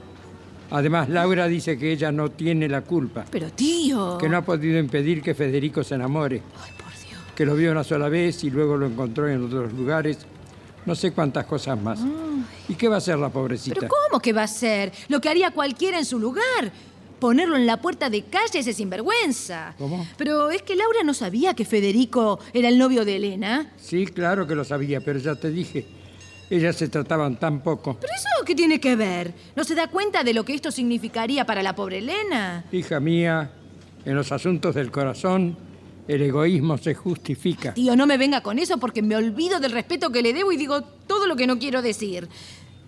Speaker 21: Además, Laura dice que ella no tiene la culpa,
Speaker 11: pero, tío.
Speaker 21: que no ha podido impedir que Federico se enamore. Que lo vio una sola vez y luego lo encontró en otros lugares. No sé cuántas cosas más. ¿Y qué va a hacer la pobrecita?
Speaker 11: Ah. ¿Pero cómo que va a ser? Lo que haría cualquiera en su lugar. Ponerlo en la puerta de calle ese sinvergüenza.
Speaker 21: ¿Cómo?
Speaker 11: Pero es que Laura no sabía que Federico era el novio de Elena.
Speaker 21: Sí, claro que lo sabía, pero ya te dije, ellas se trataban tan poco.
Speaker 11: ¿Pero eso qué tiene que ver? ¿No se da cuenta de lo que esto significaría para la pobre Elena?
Speaker 21: Hija mía, en los asuntos del corazón, el egoísmo se justifica.
Speaker 11: Tío, no me venga con eso porque me olvido del respeto que le debo y digo todo lo que no quiero decir.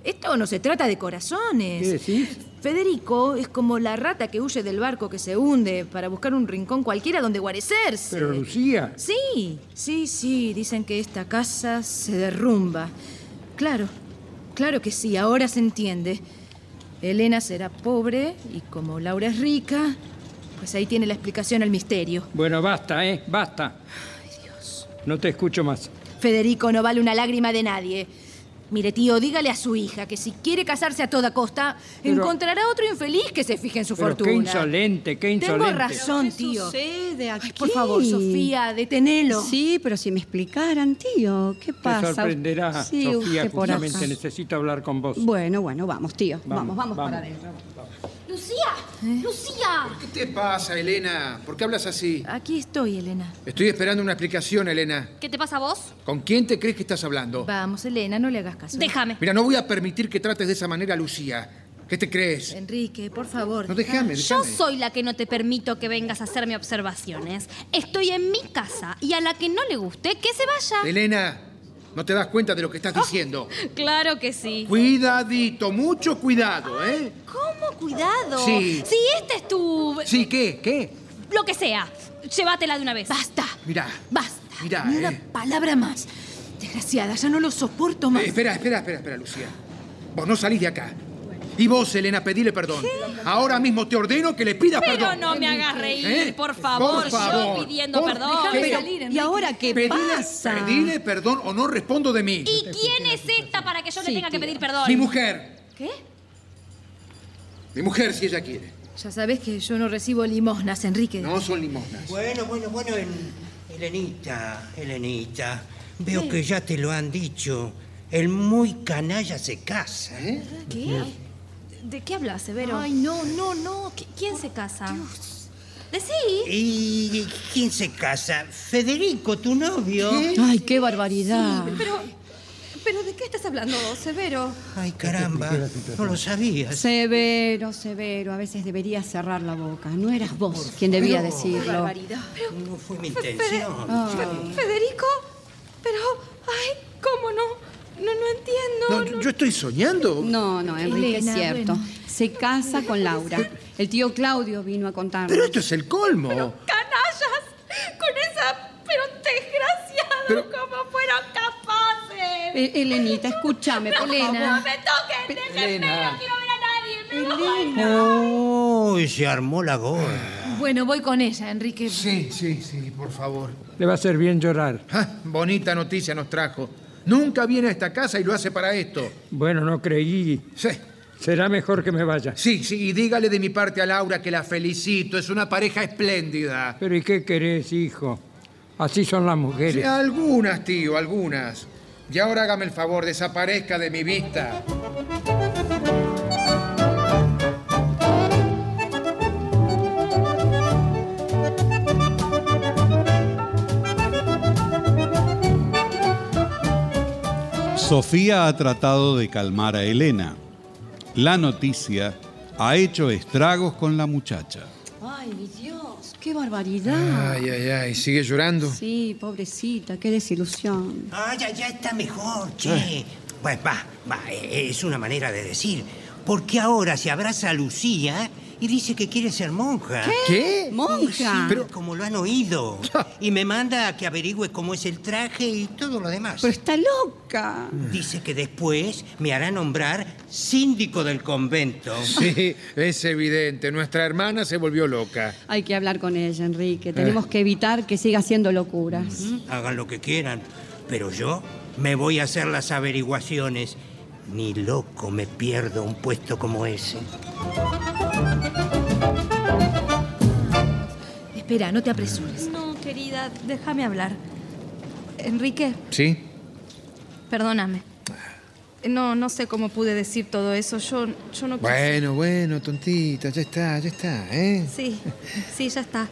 Speaker 11: Esto no se trata de corazones.
Speaker 21: ¿Qué decís?
Speaker 11: Federico es como la rata que huye del barco que se hunde para buscar un rincón cualquiera donde guarecerse.
Speaker 21: Pero Lucía,
Speaker 11: Sí, sí, sí, dicen que esta casa se derrumba. Claro, claro que sí, ahora se entiende. Elena será pobre y como Laura es rica, pues ahí tiene la explicación al misterio.
Speaker 21: Bueno, basta, ¿eh? Basta. No te escucho más.
Speaker 11: Federico no vale una lágrima de nadie. Mire, tío, dígale a su hija que si quiere casarse a toda costa,
Speaker 21: Pero-
Speaker 11: encontrará otro infeliz que se fije en su
Speaker 21: Pero
Speaker 11: fortuna.
Speaker 21: qué insolente, qué insolente.
Speaker 11: Tengo razón, tío. Ay, por
Speaker 12: ¿Qué?
Speaker 11: favor, Sofía, detenelo.
Speaker 12: Sí, pero si me explicaran, tío, ¿qué
Speaker 21: Te
Speaker 12: pasa?
Speaker 21: sorprenderá,
Speaker 12: Sí,
Speaker 21: Sofía,
Speaker 12: usted por acá.
Speaker 21: justamente necesito hablar con vos.
Speaker 12: Bueno, bueno, vamos, tío. Vamos,
Speaker 21: Vamos,
Speaker 12: vamos,
Speaker 21: vamos.
Speaker 12: para adentro.
Speaker 10: ¡Lucía! ¡Lucía!
Speaker 4: ¿Qué te pasa, Elena? ¿Por qué hablas así?
Speaker 11: Aquí estoy, Elena.
Speaker 4: Estoy esperando una explicación, Elena.
Speaker 11: ¿Qué te pasa a vos?
Speaker 4: ¿Con quién te crees que estás hablando?
Speaker 11: Vamos, Elena, no le hagas caso. Déjame.
Speaker 4: Mira, no voy a permitir que trates de esa manera a Lucía. ¿Qué te crees?
Speaker 11: Enrique, por favor.
Speaker 4: No, déjame,
Speaker 9: Yo
Speaker 4: déjame.
Speaker 9: soy la que no te permito que vengas a hacerme observaciones. Estoy en mi casa y a la que no le guste, que se vaya.
Speaker 4: Elena, no te das cuenta de lo que
Speaker 11: Oh.
Speaker 4: estás diciendo.
Speaker 9: Claro que sí.
Speaker 4: Cuidadito, mucho cuidado, ¿eh?
Speaker 9: ¿Cómo? Cuidado.
Speaker 4: Sí.
Speaker 9: Si esta es tu...
Speaker 4: Sí, ¿qué? ¿Qué?
Speaker 9: Lo que sea. Llévatela de una vez. Basta.
Speaker 4: Mirá,
Speaker 11: Basta.
Speaker 4: mirá,
Speaker 11: Ni
Speaker 4: ¿eh?
Speaker 11: una palabra más. Desgraciada, ya no lo soporto más.
Speaker 4: Eh, espera, espera, espera, espera, Lucía. Vos no salís de acá. Y vos, Elena, pedile perdón. Ahora mismo te ordeno que le pidas
Speaker 9: Pero
Speaker 4: perdón.
Speaker 9: no me hagas reír,
Speaker 4: ¿Eh?
Speaker 9: por favor.
Speaker 4: Por favor.
Speaker 9: Yo pidiendo
Speaker 4: Por-
Speaker 9: perdón.
Speaker 4: déjame Pero- salir,
Speaker 9: ¿Y ahora qué
Speaker 4: Pedile, pedile perdón o no respondo de mí.
Speaker 9: ¿Y quién es esta para que yo le tenga que pedir perdón?
Speaker 4: Mi mujer.
Speaker 11: ¿Qué?
Speaker 4: Mi mujer, si ella quiere.
Speaker 11: Ya sabes que yo no recibo limosnas, Enrique.
Speaker 4: No son limosnas.
Speaker 7: Bueno, bueno, bueno, en- Elenita, Elenita, veo
Speaker 11: ¿Qué?
Speaker 7: que ya te lo han dicho. El muy canalla se casa. ¿eh?
Speaker 9: ¿Qué? ¿De qué hablas, Severo?
Speaker 7: Ay,
Speaker 9: no, no, no. ¿Quién se casa? Decí.
Speaker 7: ¿Y quién se casa? Federico, tu novio.
Speaker 12: Ay, qué barbaridad.
Speaker 9: Pero, pero ¿de qué estás hablando vos, Severo?
Speaker 7: Ay, caramba, no lo sabías.
Speaker 12: Severo, severo. A veces deberías cerrar la boca. No eras vos quien debía
Speaker 7: favor. Qué
Speaker 12: decirlo.
Speaker 7: barbaridad. No fue mi
Speaker 9: Fe-
Speaker 7: intención.
Speaker 12: Ah.
Speaker 9: Federico, pero, ay, ¿cómo no? No, no entiendo.
Speaker 4: No, yo, yo estoy soñando.
Speaker 12: No, no, Enrique,
Speaker 9: Elena,
Speaker 12: es cierto.
Speaker 9: bueno.
Speaker 12: Se casa con Laura. El tío Claudio vino a contarnos.
Speaker 4: Pero esto es el colmo.
Speaker 9: ¡Canallas! Con esa, pero desgraciada, ¿cómo fueron capaces?
Speaker 12: Eh, Elenita, escúchame,
Speaker 9: no,
Speaker 12: Elena.
Speaker 9: no me toquen, déjenme,
Speaker 7: Elena.
Speaker 9: no quiero ver a nadie. Me
Speaker 7: Uy, se armó la gorda.
Speaker 11: Bueno, voy con ella, Enrique.
Speaker 4: Sí, sí, sí, por favor. Ah,
Speaker 21: Le va a hacer bien llorar.
Speaker 4: Bonita noticia nos trajo. Nunca viene a esta casa y lo hace para esto.
Speaker 21: Bueno, no creí. Será mejor que me vaya.
Speaker 4: Sí, sí, y dígale de mi parte a Laura que la felicito. Es una pareja espléndida.
Speaker 21: Pero ¿y qué querés, hijo? Así son las
Speaker 4: Sí,
Speaker 21: mujeres.
Speaker 4: algunas, tío, algunas. Y ahora hágame el favor, desaparezca de mi vista.
Speaker 2: Sofía ha tratado de calmar a Elena. La noticia ha hecho estragos con la muchacha.
Speaker 12: Ay, mi Dios, qué barbaridad.
Speaker 4: ay, ay, ¿sigue llorando?
Speaker 12: Sí, pobrecita, qué desilusión.
Speaker 7: Ah, ya, ya está mejor, che. Pues va, va, eh, es una manera de decir. Porque ahora se abraza a Lucía y dice que quiere ser monja.
Speaker 4: ¿Qué?
Speaker 12: Monja.
Speaker 7: pero como lo han oído. Y me manda a que averigüe cómo es el traje y todo lo demás.
Speaker 12: Pero está loca.
Speaker 7: Dice que después me hará nombrar síndico del convento.
Speaker 4: Sí, es evidente. Nuestra hermana se volvió loca.
Speaker 12: Hay que hablar con ella,
Speaker 4: Eh.
Speaker 12: Enrique. Tenemos que evitar que siga haciendo
Speaker 4: Mm.
Speaker 12: locuras.
Speaker 7: Hagan lo que quieran, pero yo me voy a hacer las averiguaciones. Ni loco me pierdo un puesto como ese.
Speaker 11: Espera, no te apresures.
Speaker 9: No, querida, déjame hablar. Enrique,
Speaker 4: ¿Sí?
Speaker 9: perdóname. No, no sé cómo pude decir todo eso. Yo, yo no quise-
Speaker 4: Bueno, bueno, tontita, ya está, ya está, ¿eh?
Speaker 9: Sí, sí, ya está.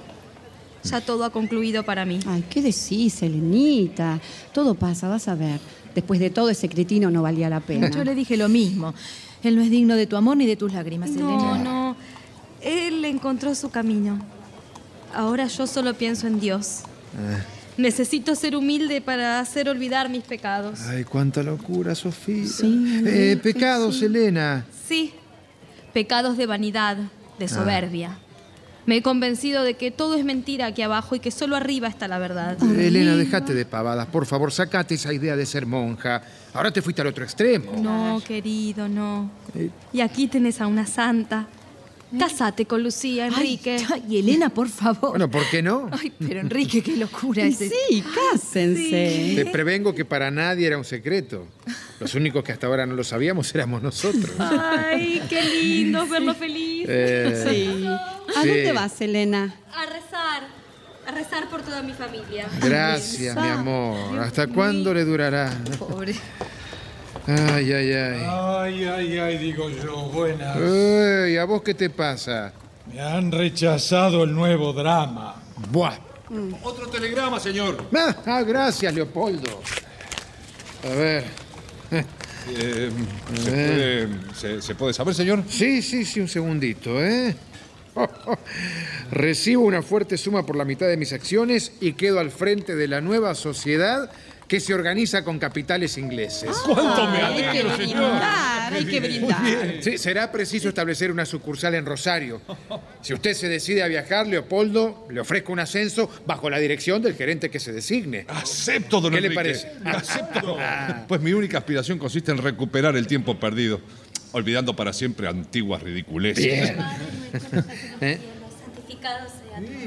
Speaker 9: Ya todo ha concluido para mí.
Speaker 12: Ay, ¿qué decís, Elenita? Todo pasa, vas a ver. Después de todo, ese cretino no valía la pena.
Speaker 11: Yo le dije lo mismo. Él no es digno de tu amor ni de tus lágrimas,
Speaker 9: No,
Speaker 11: Elena.
Speaker 9: no. Él encontró su camino. Ahora yo solo pienso en Dios.
Speaker 4: Ah,
Speaker 9: Necesito ser humilde para hacer olvidar mis pecados.
Speaker 4: Ay, cuánta locura, Sofía.
Speaker 12: Sí,
Speaker 4: Eh,
Speaker 12: sí,
Speaker 4: pecados, Elena.
Speaker 9: Sí, pecados de vanidad,
Speaker 4: Ah.
Speaker 9: de soberbia. Me he convencido de que todo es mentira aquí abajo y que solo arriba está la verdad.
Speaker 4: Elena, dejate de pavadas. Por favor, sacate esa idea de ser monja. Ahora te fuiste al otro extremo.
Speaker 9: No, querido, no. Y aquí tenés a una santa, Casate con Lucía, Enrique.
Speaker 11: Y Elena, por favor.
Speaker 4: Bueno, ¿por qué no?
Speaker 11: Ay, pero Enrique, qué locura
Speaker 4: Y
Speaker 11: es esa.
Speaker 4: sí,
Speaker 11: cásense.
Speaker 4: Te prevengo que para nadie era un secreto. Los únicos que hasta ahora no lo sabíamos éramos nosotros.
Speaker 9: Ay, qué lindo verlo feliz.
Speaker 4: Eh,
Speaker 8: Sí. [laughs] ¿A
Speaker 4: sí.
Speaker 8: dónde vas, Elena?
Speaker 9: A rezar. A rezar por toda mi familia.
Speaker 4: Gracias, mi amor. ¿Hasta cuándo le durará?
Speaker 11: Pobre.
Speaker 4: Ay, ay, ay.
Speaker 3: Ay, ay, ay, digo yo, buenas.
Speaker 15: Eh.
Speaker 4: Ey, ¿A vos qué te pasa?
Speaker 3: Me han rechazado el nuevo drama.
Speaker 4: Buah.
Speaker 15: Otro telegrama, señor.
Speaker 4: Ah, ah, gracias, Leopoldo. A ver.
Speaker 15: Eh, ¿se, puede, se- se puede saber, señor?
Speaker 4: Eh. Sí, sí, sí, un segundito, ¿eh? Recibo una fuerte suma por la mitad de mis acciones y quedo al frente de la nueva sociedad que se organiza con capitales ingleses.
Speaker 3: ¿Cuánto me Ay, hay alegro, que señor?
Speaker 22: brindar, hay que brindar. Muy bien.
Speaker 4: Sí, será preciso establecer una sucursal en Rosario. Si usted se decide a viajar, Leopoldo, le ofrezco un ascenso bajo la dirección del gerente que se designe.
Speaker 15: Acepto, don
Speaker 4: ¿Qué le
Speaker 15: Enrique.
Speaker 4: parece?
Speaker 15: Acepto. Pues mi única aspiración consiste en recuperar el tiempo perdido, olvidando para siempre antiguas ridiculeces. [laughs]
Speaker 4: Bien.
Speaker 15: ¿Eh?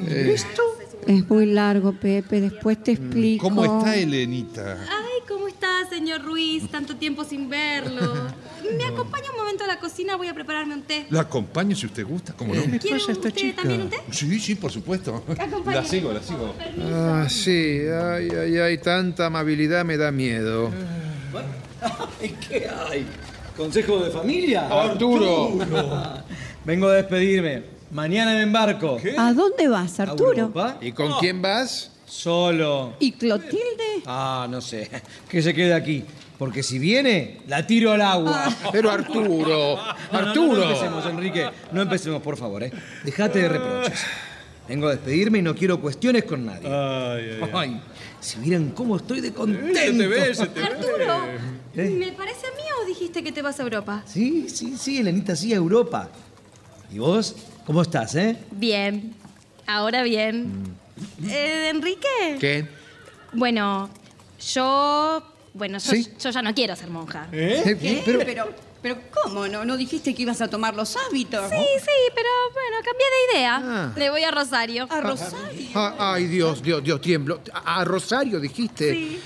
Speaker 8: ¿Listo? Es muy largo, Pepe. Después te explico.
Speaker 15: Mm, ¿Cómo está Elenita?
Speaker 9: Ay, ¿cómo está, señor Ruiz? Tanto tiempo sin verlo. ¿Me acompaña un momento a la cocina? Voy a prepararme un té.
Speaker 15: La acompaño si usted gusta, ¿cómo no? Ah.
Speaker 9: ¿Quiere ¿Quiere usted usted también un té?
Speaker 15: Sí, sí, por supuesto.
Speaker 9: Acompáñeme.
Speaker 15: La sigo, la sigo.
Speaker 4: Ah, sí, ay, ay, ay, tanta amabilidad me da miedo.
Speaker 6: ¿Qué hay? ¿Consejo de familia?
Speaker 4: Arturo.
Speaker 6: [laughs] Vengo a despedirme. Mañana me embarco.
Speaker 8: ¿A dónde vas, Arturo?
Speaker 4: ¿Y con quién vas?
Speaker 6: Solo.
Speaker 8: ¿Y Clotilde?
Speaker 6: Ah, no sé. Que se quede aquí. Porque si viene, la tiro al agua.
Speaker 4: Pero Arturo,
Speaker 6: No,
Speaker 4: Arturo.
Speaker 6: empecemos, Enrique. No empecemos, por favor, ¿eh? Dejate de reproches. Vengo a despedirme y no quiero cuestiones con nadie. Ay, si vieran cómo estoy de contento.
Speaker 9: Arturo,
Speaker 6: ¿Eh?
Speaker 9: ¿me parece a mí o dijiste que te vas a Europa?
Speaker 6: Sí, sí, sí, Elenita, sí, a Europa. ¿Y vos? ¿Cómo estás, eh?
Speaker 9: Bien. Ahora bien. Eh, ¿Enrique?
Speaker 4: Mm. ¿Qué?
Speaker 9: Bueno, yo... Bueno, yo,
Speaker 4: ¿Sí?
Speaker 9: yo ya no quiero ser monja.
Speaker 4: ¿Eh?
Speaker 22: ¿Qué?
Speaker 4: Pero-
Speaker 22: Pero, pero, ¿cómo? ¿No, ¿No dijiste que ibas a tomar los hábitos?
Speaker 9: Sí, sí, pero bueno, cambié de idea.
Speaker 4: Ah.
Speaker 9: Le voy a Rosario. ¿A
Speaker 4: Rosario? Ah, ay, Dios, Dios, Dios, tiemblo. A a Rosario dijiste. Y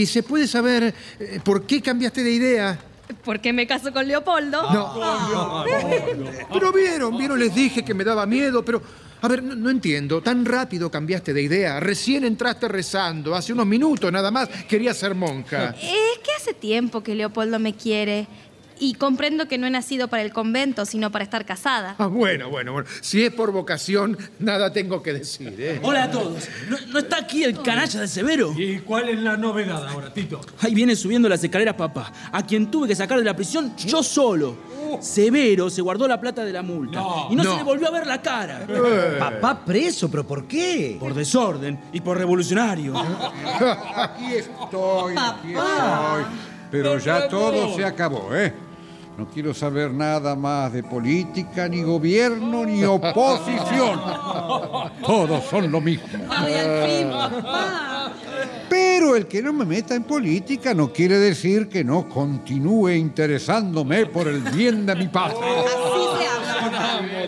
Speaker 4: y se puede saber eh, por qué cambiaste de idea.
Speaker 9: Porque me caso con Leopoldo. Ah.
Speaker 4: No.
Speaker 10: [laughs]
Speaker 4: Pero vieron, vieron, les dije que me daba miedo, pero. A ver, no, no entiendo. Tan rápido cambiaste de idea. Recién entraste rezando. Hace unos minutos nada más. Quería ser monja.
Speaker 9: Es que hace tiempo que Leopoldo me quiere y comprendo que no he nacido para el convento, sino para estar casada.
Speaker 4: Ah, bueno, bueno, bueno. Si es por vocación, nada tengo que decir, ¿eh?
Speaker 17: Hola a todos. ¿No, no está aquí el canalla de Severo?
Speaker 3: ¿Y cuál es la novedad ahora, Tito?
Speaker 17: Ahí viene subiendo las escaleras papá, a quien tuve que sacar de la prisión yo solo.
Speaker 3: Uh.
Speaker 17: Severo se guardó la plata de la multa y no,
Speaker 6: no.
Speaker 17: se le volvió a ver la cara.
Speaker 10: Eh.
Speaker 6: Papá preso, pero ¿por qué? Ah.
Speaker 17: Por desorden y por revolucionario.
Speaker 10: [laughs] Aquí estoy, aquí estoy. Pero ya todo se acabó, ¿eh? No quiero saber nada más de política, ni gobierno, [laughs] ni oposición. Todos son lo mismo. 아, Pero el que no me meta en política no quiere decir que no continúe interesándome por el bien de mi patria.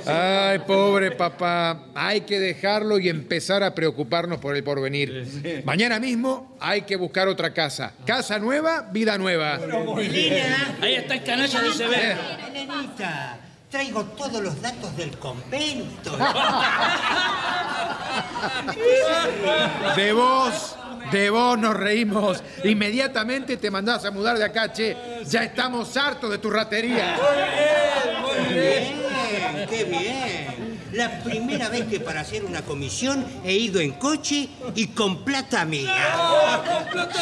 Speaker 4: Ay, pobre papá. Hay que dejarlo y empezar a preocuparnos por el porvenir. Mañana mismo hay que buscar otra casa. Casa nueva, vida nueva.
Speaker 7: Ahí está el canalla de
Speaker 4: Severo.
Speaker 7: Elenita, traigo todos los datos del [laughs] convento.
Speaker 4: De vos, de vos nos reímos. Inmediatamente te mandás a mudar de acá, che. Ya estamos hartos de tu ratería.
Speaker 7: Bien, qué bien. La primera vez que para hacer una comisión he ido en coche y con plata mía.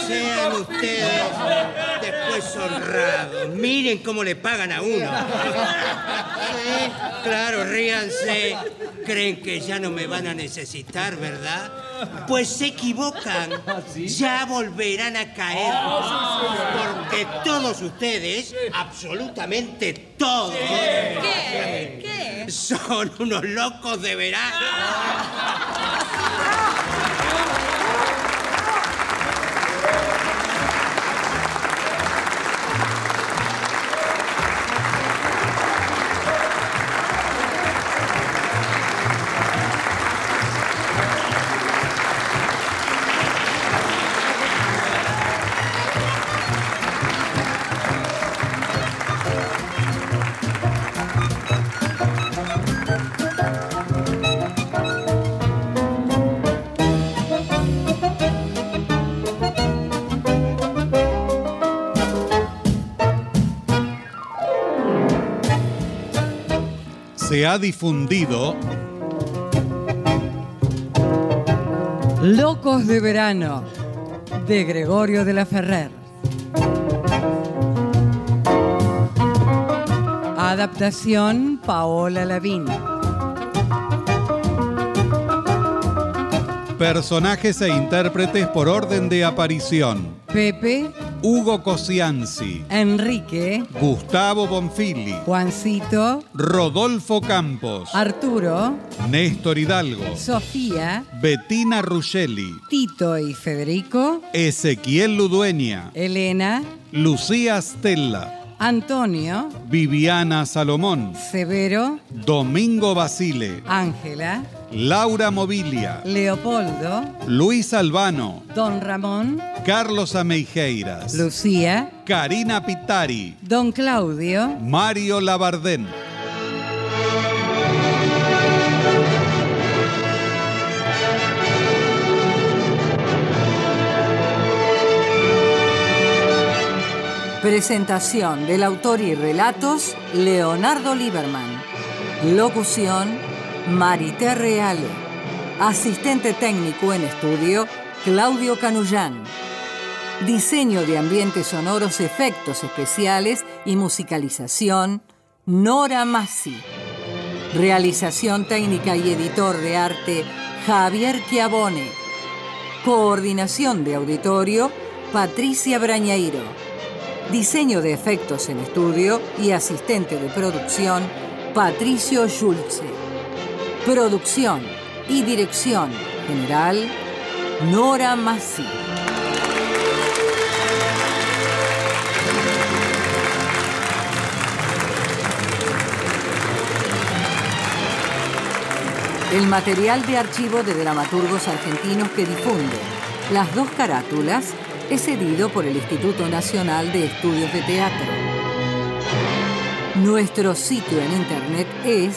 Speaker 7: Sean ustedes después honrados. Miren cómo le pagan a uno. Sí, claro, ríanse. Creen que ya no me van a necesitar, ¿verdad? Pues se equivocan. Ya volverán a caer. Porque todos ustedes, absolutamente todos, son unos locos de verano.
Speaker 2: se ha difundido
Speaker 1: Locos de Verano, de Gregorio de la Ferrer. Adaptación Paola Lavín.
Speaker 2: personajes e intérpretes por orden de aparición.
Speaker 1: Pepe,
Speaker 2: Hugo Cosianzi,
Speaker 1: Enrique,
Speaker 2: Gustavo Bonfili,
Speaker 1: Juancito,
Speaker 2: Rodolfo Campos,
Speaker 1: Ah. Arturo,
Speaker 2: Néstor Hidalgo,
Speaker 1: Sofía,
Speaker 2: Bettina Ruggeli,
Speaker 1: Tito y Federico,
Speaker 2: Ezequiel Ludueña,
Speaker 1: Elena,
Speaker 2: Lucía Stella,
Speaker 1: Antonio,
Speaker 2: Viviana Salomón,
Speaker 1: Severo,
Speaker 2: Domingo Basile,
Speaker 1: Ángela,
Speaker 2: Laura Mobilia,
Speaker 1: Leopoldo,
Speaker 2: Luis Albano,
Speaker 1: Don Ramón,
Speaker 2: Carlos Ameijeiras,
Speaker 1: Lucía,
Speaker 2: Karina Pitari,
Speaker 1: Don Claudio,
Speaker 2: Mario Labardén.
Speaker 1: Presentación del autor y relatos, Leonardo Lieberman. Locución, Marité Reale. Asistente técnico en estudio, Claudio Canullán. Diseño de ambientes sonoros, efectos especiales y musicalización, Nora Massi. Realización técnica y editor de arte, Javier Chiavone. Coordinación de auditorio, Patricia Brañeiro. Diseño de efectos en estudio y asistente de producción, Patricio Schulze. Producción y dirección general, Nora Massi. El material de archivo de dramaturgos argentinos que difunde las dos carátulas es cedido por el Instituto Nacional de Estudios de Teatro. Nuestro sitio en internet es